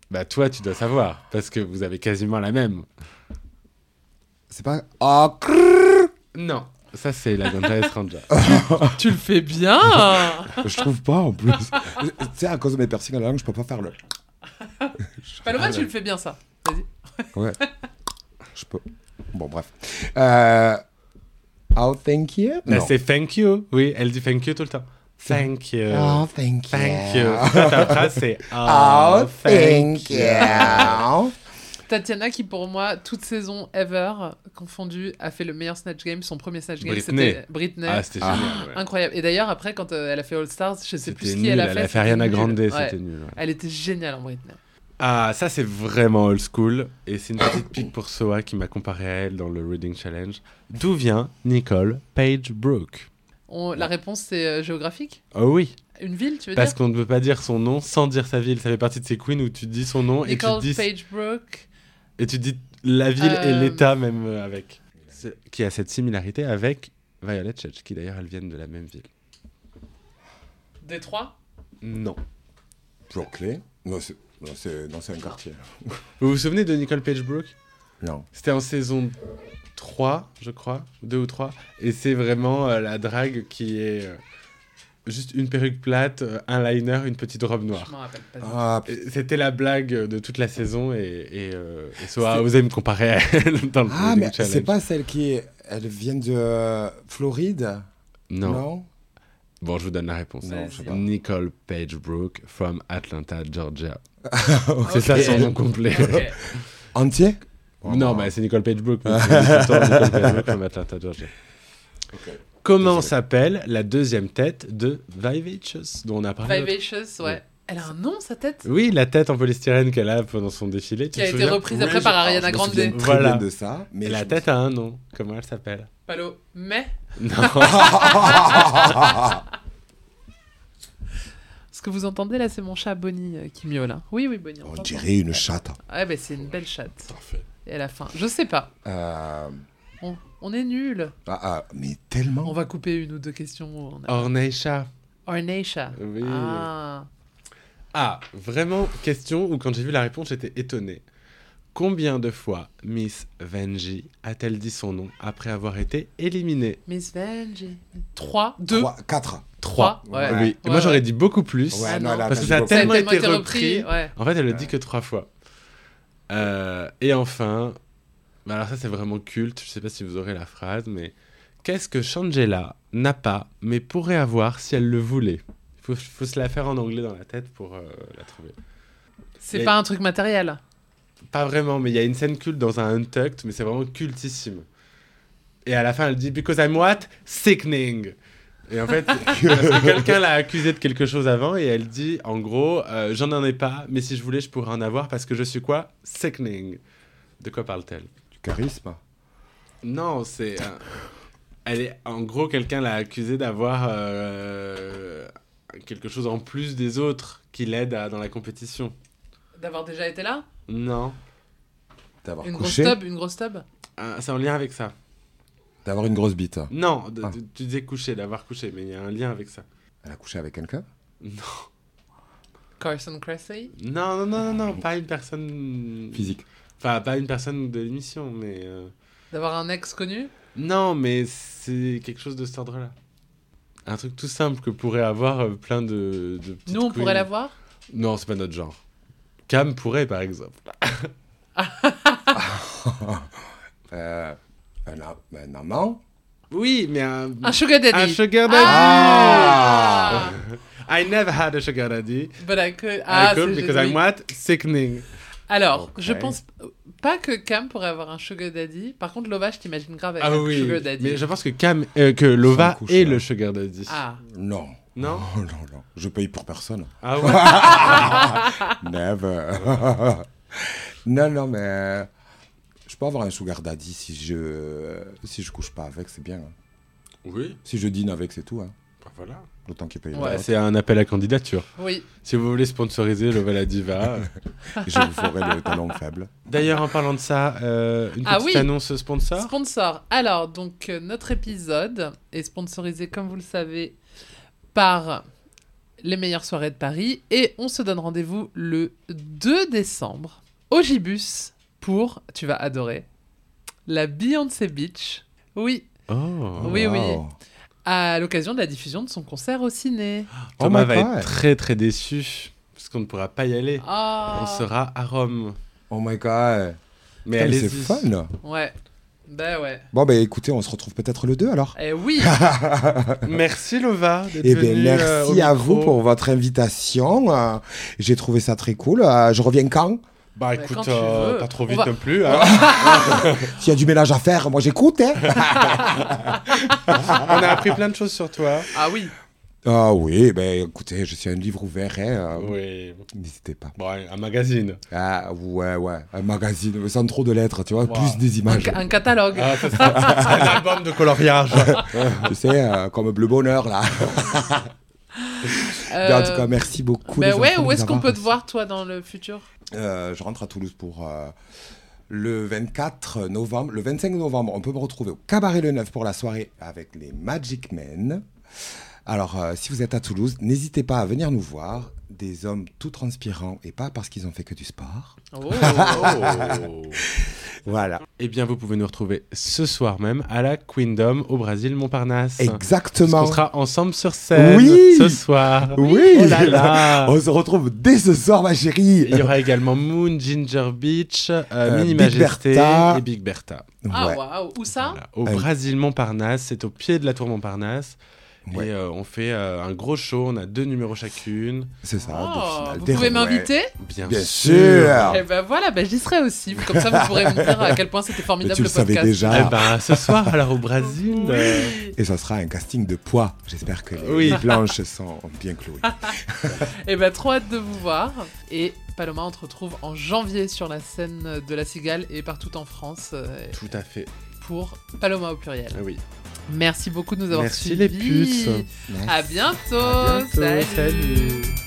S1: Bah, toi, tu dois savoir, parce que vous avez quasiment la même.
S3: C'est pas. Ah, crrr
S1: Non. Ça, c'est
S3: [laughs]
S1: la Ganja Estranja.
S2: tu le
S1: [laughs]
S2: fais bien.
S3: je trouve pas en plus. [laughs] tu sais, à cause de mes piercings à la langue, je peux pas faire le.
S2: Paloma, tu le fais bien ça. Vas-y.
S3: [laughs] Je peux. Bon, bref. Euh... Oh, thank you
S1: Là,
S3: Non.
S1: Ben, c'est thank you. Oui, elle dit thank you tout le temps. Thank you.
S2: Ah.
S3: Oh, thank you.
S1: Thank you.
S3: [laughs]
S1: Toi, ta phrase, [laughs] c'est
S3: Oh,
S1: oh,
S3: thank
S1: thank
S2: Ah,
S1: you.
S3: you.
S2: Tatiana, qui pour moi, toute saison ever confondue, a fait le meilleur Snatch Game. Son premier Snatch Game,
S1: Britney.
S2: c'était Britney.
S1: Ah, c'était
S3: Ah.
S1: génial. ouais.
S2: Incroyable. Et d'ailleurs, après, quand euh, elle a fait All Stars, je sais
S1: C'était
S2: plus ce qui
S1: nul,
S2: elle a
S1: elle
S2: fait.
S1: a fait
S2: c'était
S1: Ariana
S2: nul.
S1: Grande,
S2: Ouais.
S1: c'était nul. ouais.
S2: Elle était géniale en Britney.
S1: Ah, ça c'est vraiment old school. Et c'est une petite pique pour Soa qui m'a comparé à elle dans le Reading Challenge. D'où vient Nicole Page Brooke
S2: On- la réponse, c'est euh, géographique
S1: Oh oui,
S2: Une ville, tu veux
S1: parce
S2: dire
S1: qu'on ne peut pas dire son nom sans dire sa ville. Ça fait partie de ces queens où tu dis son nom et tu,
S2: Nicole
S1: dis,
S2: Pagebrook.
S1: et tu dis la ville et
S2: Euh,
S1: l'état même euh, avec. Ce- Qui a cette similarité avec Violet Chach, qui d'ailleurs elles viennent de la même ville.
S2: Détroit
S1: Non.
S3: Brooklyn Non, c'est- non, c'est non, c'est un quartier.
S1: Vous vous souvenez de Nicole Page Brooke
S3: Non.
S1: C'était en saison 3, je crois, 2 ou 3. Et c'est vraiment euh, la drague qui est euh, juste une perruque plate, euh, un liner, une petite robe
S2: Je
S1: noire.
S2: m'en rappelle pas.
S3: Ah,
S1: Et C'était la blague de toute la saison et, et, euh, et Soa a
S3: C'est-
S1: osé me comparer à elle [laughs] dans le
S3: Ah,
S1: Reading
S3: mais
S1: challenge.
S3: c'est pas celle qui. est- Elle vient de euh, Floride
S1: Non. Bon, je vous donne la réponse.
S3: Non, je sais pas.
S1: Nicole Page Brooke from Atlanta, Georgia.
S3: Ok.
S1: C'est ça son
S2: Ok.
S1: nom
S2: [laughs]
S1: complet. [laughs]
S2: Ok.
S3: Entier
S1: Non, mais c'est Nicole Page Brooke.
S3: [laughs]
S1: mais c'est une histoire de Nicole Page Brooke from Atlanta, Georgia. Comment
S3: Désolé.
S1: s'appelle la deuxième tête de Vivacious dont on a parlé l'autre-
S2: Vivacious, ouais. Elle a un nom, sa tête
S1: Oui, la tête en polystyrène qu'elle a pendant son défilé. tu
S2: Qui
S1: te
S2: a été
S1: souviens
S2: reprise après par Ariana
S3: Je me
S2: Grande.
S3: souviens très
S1: Voilà.
S3: bien de ça. Mais
S1: Et la
S3: je-
S1: tête a un nom. Comment elle
S3: [laughs]
S1: s'appelle
S2: Palo. Mais
S1: Non.
S2: Ce que vous entendez là, c'est mon chat Bonnie euh, qui miaule. hein. Oui, oui,
S1: Oh,
S2: Bonnie.
S3: On
S2: t'entend.
S3: dirait une chatte.
S2: Ouais, bah c'est une belle chatte. Et à la fin, je sais pas.
S3: Euh,
S2: On, on est nul.
S3: ah, ah, mais
S2: On
S3: tellement.
S2: va couper une ou deux questions. On a-
S1: Orneisha.
S2: Ornaisha.
S1: Ah. Oui.
S2: Ah.
S1: Ah, vraiment, question où quand j'ai vu la réponse, j'étais étonné. Combien de fois Miss Venji a-t-elle dit son nom après avoir été éliminée
S2: Miss Benji. 3, 2,
S3: 3, 4.
S1: Trois.
S2: Ouais.
S1: Oui. Et moi,
S2: Ouais,
S1: j'aurais
S2: ouais.
S1: dit beaucoup plus.
S2: Ah,
S3: Ouais,
S2: non.
S3: non, là,
S1: Parce
S3: t'as
S1: que
S3: dit
S1: ça a
S3: beaucoup.
S1: tellement été repris.
S2: Ouais.
S1: En fait, elle le dit
S3: Ouais.
S1: que trois fois. Euh, et enfin, bah alors ça c'est vraiment culte, je sais pas si vous aurez la phrase, mais qu'est-ce que Shangela n'a pas, mais pourrait avoir si elle le voulait Il faut, faut se la faire en anglais dans la tête pour euh, la trouver.
S2: C'est
S1: Mais-
S2: pas un truc matériel.
S1: Pas vraiment, mais il y a une scène culte dans un Untucked, mais c'est vraiment cultissime. Et à la fin, elle dit Because I'm what Sickening Et en [laughs] fait, parce que quelqu'un l'a accusée de quelque chose avant et elle dit en gros, euh, j'en en ai pas, mais si je voulais, je pourrais en avoir parce que je suis quoi Sickening. De quoi parle-t-elle
S3: Du charisme.
S1: Non, c'est. euh, Elle est, en gros, quelqu'un l'a accusée d'avoir euh, quelque chose en plus des autres qui l'aide à- dans la compétition.
S2: D'avoir déjà été là
S1: Non.
S3: D'avoir
S2: Une grosse
S3: couché,
S2: tub, une grosse tub
S1: Ah, c'est en lien avec ça.
S3: d'avoir une grosse bite.
S1: Non, de-
S3: Ah.
S1: tu, tu disais coucher, d'avoir couché, mais il y a un lien avec ça.
S3: Elle a couché avec quelqu'un
S1: Non.
S2: Carson Cressy
S1: Non, non, non, non, non, pas une personne.
S3: Ah, Physique.
S1: Enfin, pas une personne de l'émission, mais. euh,
S2: D'avoir un ex connu
S1: Non, mais c'est quelque chose de cet ordre-là. Un truc tout simple que pourrait avoir euh, plein de. de petites
S2: Nous, on
S1: queens.
S2: pourrait l'avoir
S1: Non, c'est pas notre genre. Cam pourrait, par exemple.
S3: Euh, un, am- un amant
S1: Oui, mais un.
S2: Un sugar
S1: un
S2: daddy
S1: sugar daddy.
S2: Ah
S1: I never had a sugar daddy.
S2: But I could...
S1: I
S2: Ah,
S1: could
S2: c'est
S1: because
S2: joli.
S1: I'm what? Sickening.
S2: Alors,
S3: Ok.
S2: je pense pas que Cam pourrait avoir un sugar daddy. Par contre, Lova, je t'imagine grave avec
S1: Ah
S2: un
S1: oui.
S2: sugar daddy.
S1: Mais je pense que Cam, euh, que Lova
S3: couche,
S1: est
S3: là.
S1: le sugar daddy.
S2: Ah,
S3: Non.
S1: Non
S3: Oh [laughs] non, non. Je paye pour personne.
S1: Ah ouais.
S2: [laughs]
S3: Never. [laughs] non, non, mais euh, je peux avoir un sugar daddy si je si je couche pas avec, c'est bien. hein.
S1: oui. bah
S3: Si je dîne avec, c'est tout. Hein.
S1: voilà.
S3: L'autant qu'il paye.
S2: Ouais.
S1: c'est un appel à candidature.
S2: oui.
S1: Si vous voulez sponsoriser Lova la diva.
S3: Je vous ferai le talon faible.
S1: [laughs] D'ailleurs, en parlant de ça, euh, une petite
S2: Ah oui.
S1: annonce sponsor.
S2: Sponsor. Alors, donc, euh, notre épisode est sponsorisé, comme vous le savez, par les meilleures soirées de Paris. Et on se donne rendez-vous le 2 décembre au Gibus pour, tu vas adorer, la Beyoncé Beach. Oui,
S1: Oh.
S2: Oui, oui.
S3: Wow.
S2: à l'occasion de la diffusion de son concert au ciné.
S1: Thomas
S3: Oh my
S1: va
S3: God.
S1: être très très déçu parce qu'on ne pourra pas y aller.
S2: Ah
S1: On sera à Rome.
S3: Oh my god.
S1: Mais
S3: Putain, mais
S1: allez-y.
S3: c'est fun.
S2: Ouais. Ben ouais.
S3: Bon, bah écoutez, on se retrouve peut-être le 2 alors.
S2: Eh oui
S1: [laughs] Merci Lova d'être
S3: Eh bien,
S1: venue, euh, au
S3: merci à
S1: micro.
S3: vous pour votre invitation. Euh, J'ai trouvé ça très cool. Euh, Je reviens quand
S1: Bah
S2: Bah,
S1: écoute,
S2: quand tu
S1: euh,
S2: veux.
S1: pas trop
S2: On
S1: vite
S2: va-
S1: non plus.
S2: [laughs]
S1: hein.
S3: S'il y a du ménage à faire, moi j'écoute. hein.
S1: On a appris plein de choses sur toi.
S2: Ah oui
S3: ah oui, ben écoutez, je suis un livre ouvert. hein, euh,
S1: Ah Oui.
S3: N'hésitez pas.
S1: Bon, allez, un
S2: [laughs]
S1: magazine.
S3: Ah ouais, ouais, un magazine, mais sans trop de lettres, tu vois,
S1: Wow.
S3: plus des
S2: Un,
S3: images.
S2: ca- un catalogue
S1: Ah, c'est ça. un album de [laughs] coloriage.
S3: tu sais, euh, comme Bleu Bonheur, là. Mais Ah, En tout
S2: Euh,
S3: cas, merci beaucoup.
S2: Ben
S3: les
S2: ouais,
S3: enfants,
S2: où
S3: de
S2: est-ce
S3: nous
S2: qu'on
S3: avoir
S2: peut te voir, toi, dans le futur
S3: Euh, Je rentre à Toulouse pour euh, le 24 novembre. Le 25 novembre, on peut me retrouver au Cabaret Le Neuf pour la soirée avec les Magic Men. Alors, euh, si vous êtes à Toulouse, n'hésitez pas à venir nous voir. Des hommes tout transpirants et pas parce qu'ils ont fait que du sport.
S2: Oh.
S1: Oh.
S3: Voilà.
S1: Eh bien, vous pouvez nous retrouver ce soir même à la Queendom au Brésil, Montparnasse.
S3: Exactement.
S1: On sera ensemble sur scène
S3: Oui.
S1: ce soir.
S3: Oui.
S1: Oh là là.
S3: [laughs] On se retrouve dès ce soir, ma chérie.
S1: Et Il y aura également Moon, Ginger Beach, euh, Mini
S3: Big
S1: Majesté
S3: Bertha.
S1: et Big Bertha.
S2: Ah,
S3: Ouais.
S2: waouh Où ça
S1: Voilà, au
S3: Euh,
S1: Brésil Montparnasse, c'est au pied de la tour Montparnasse.
S3: Ouais.
S1: Et euh, on fait euh, un gros show, on a deux numéros chacune.
S3: C'est ça.
S2: Oh,
S3: des finales,
S2: Vous
S3: des
S2: pouvez
S3: relais.
S2: m'inviter
S1: Bien,
S3: Bien
S1: sûr.
S3: sûr.
S2: Eh ben voilà, ben j'y serai aussi. Comme ça, vous pourrez me dire à quel point c'était
S3: [laughs] Mais
S2: formidable
S3: tu le
S2: le podcast.
S3: savais déjà.
S1: Eh ben, ce soir, alors au Brésil. euh,
S3: Et ça sera un casting de poids. J'espère que les,
S1: Oui.
S3: les planches sont bien clouées.
S2: Ah. Eh ben, trop hâte de vous voir. Et Paloma, on te retrouve en janvier sur la scène de La Cigale et partout en France euh,
S1: Tout à fait.
S2: pour Paloma au pluriel.
S1: Ah oui.
S2: Merci beaucoup de nous avoir
S1: Merci
S2: suivis.
S1: les puces. À
S2: À bientôt.
S1: bientôt,
S2: Oh, Salut.
S1: salut.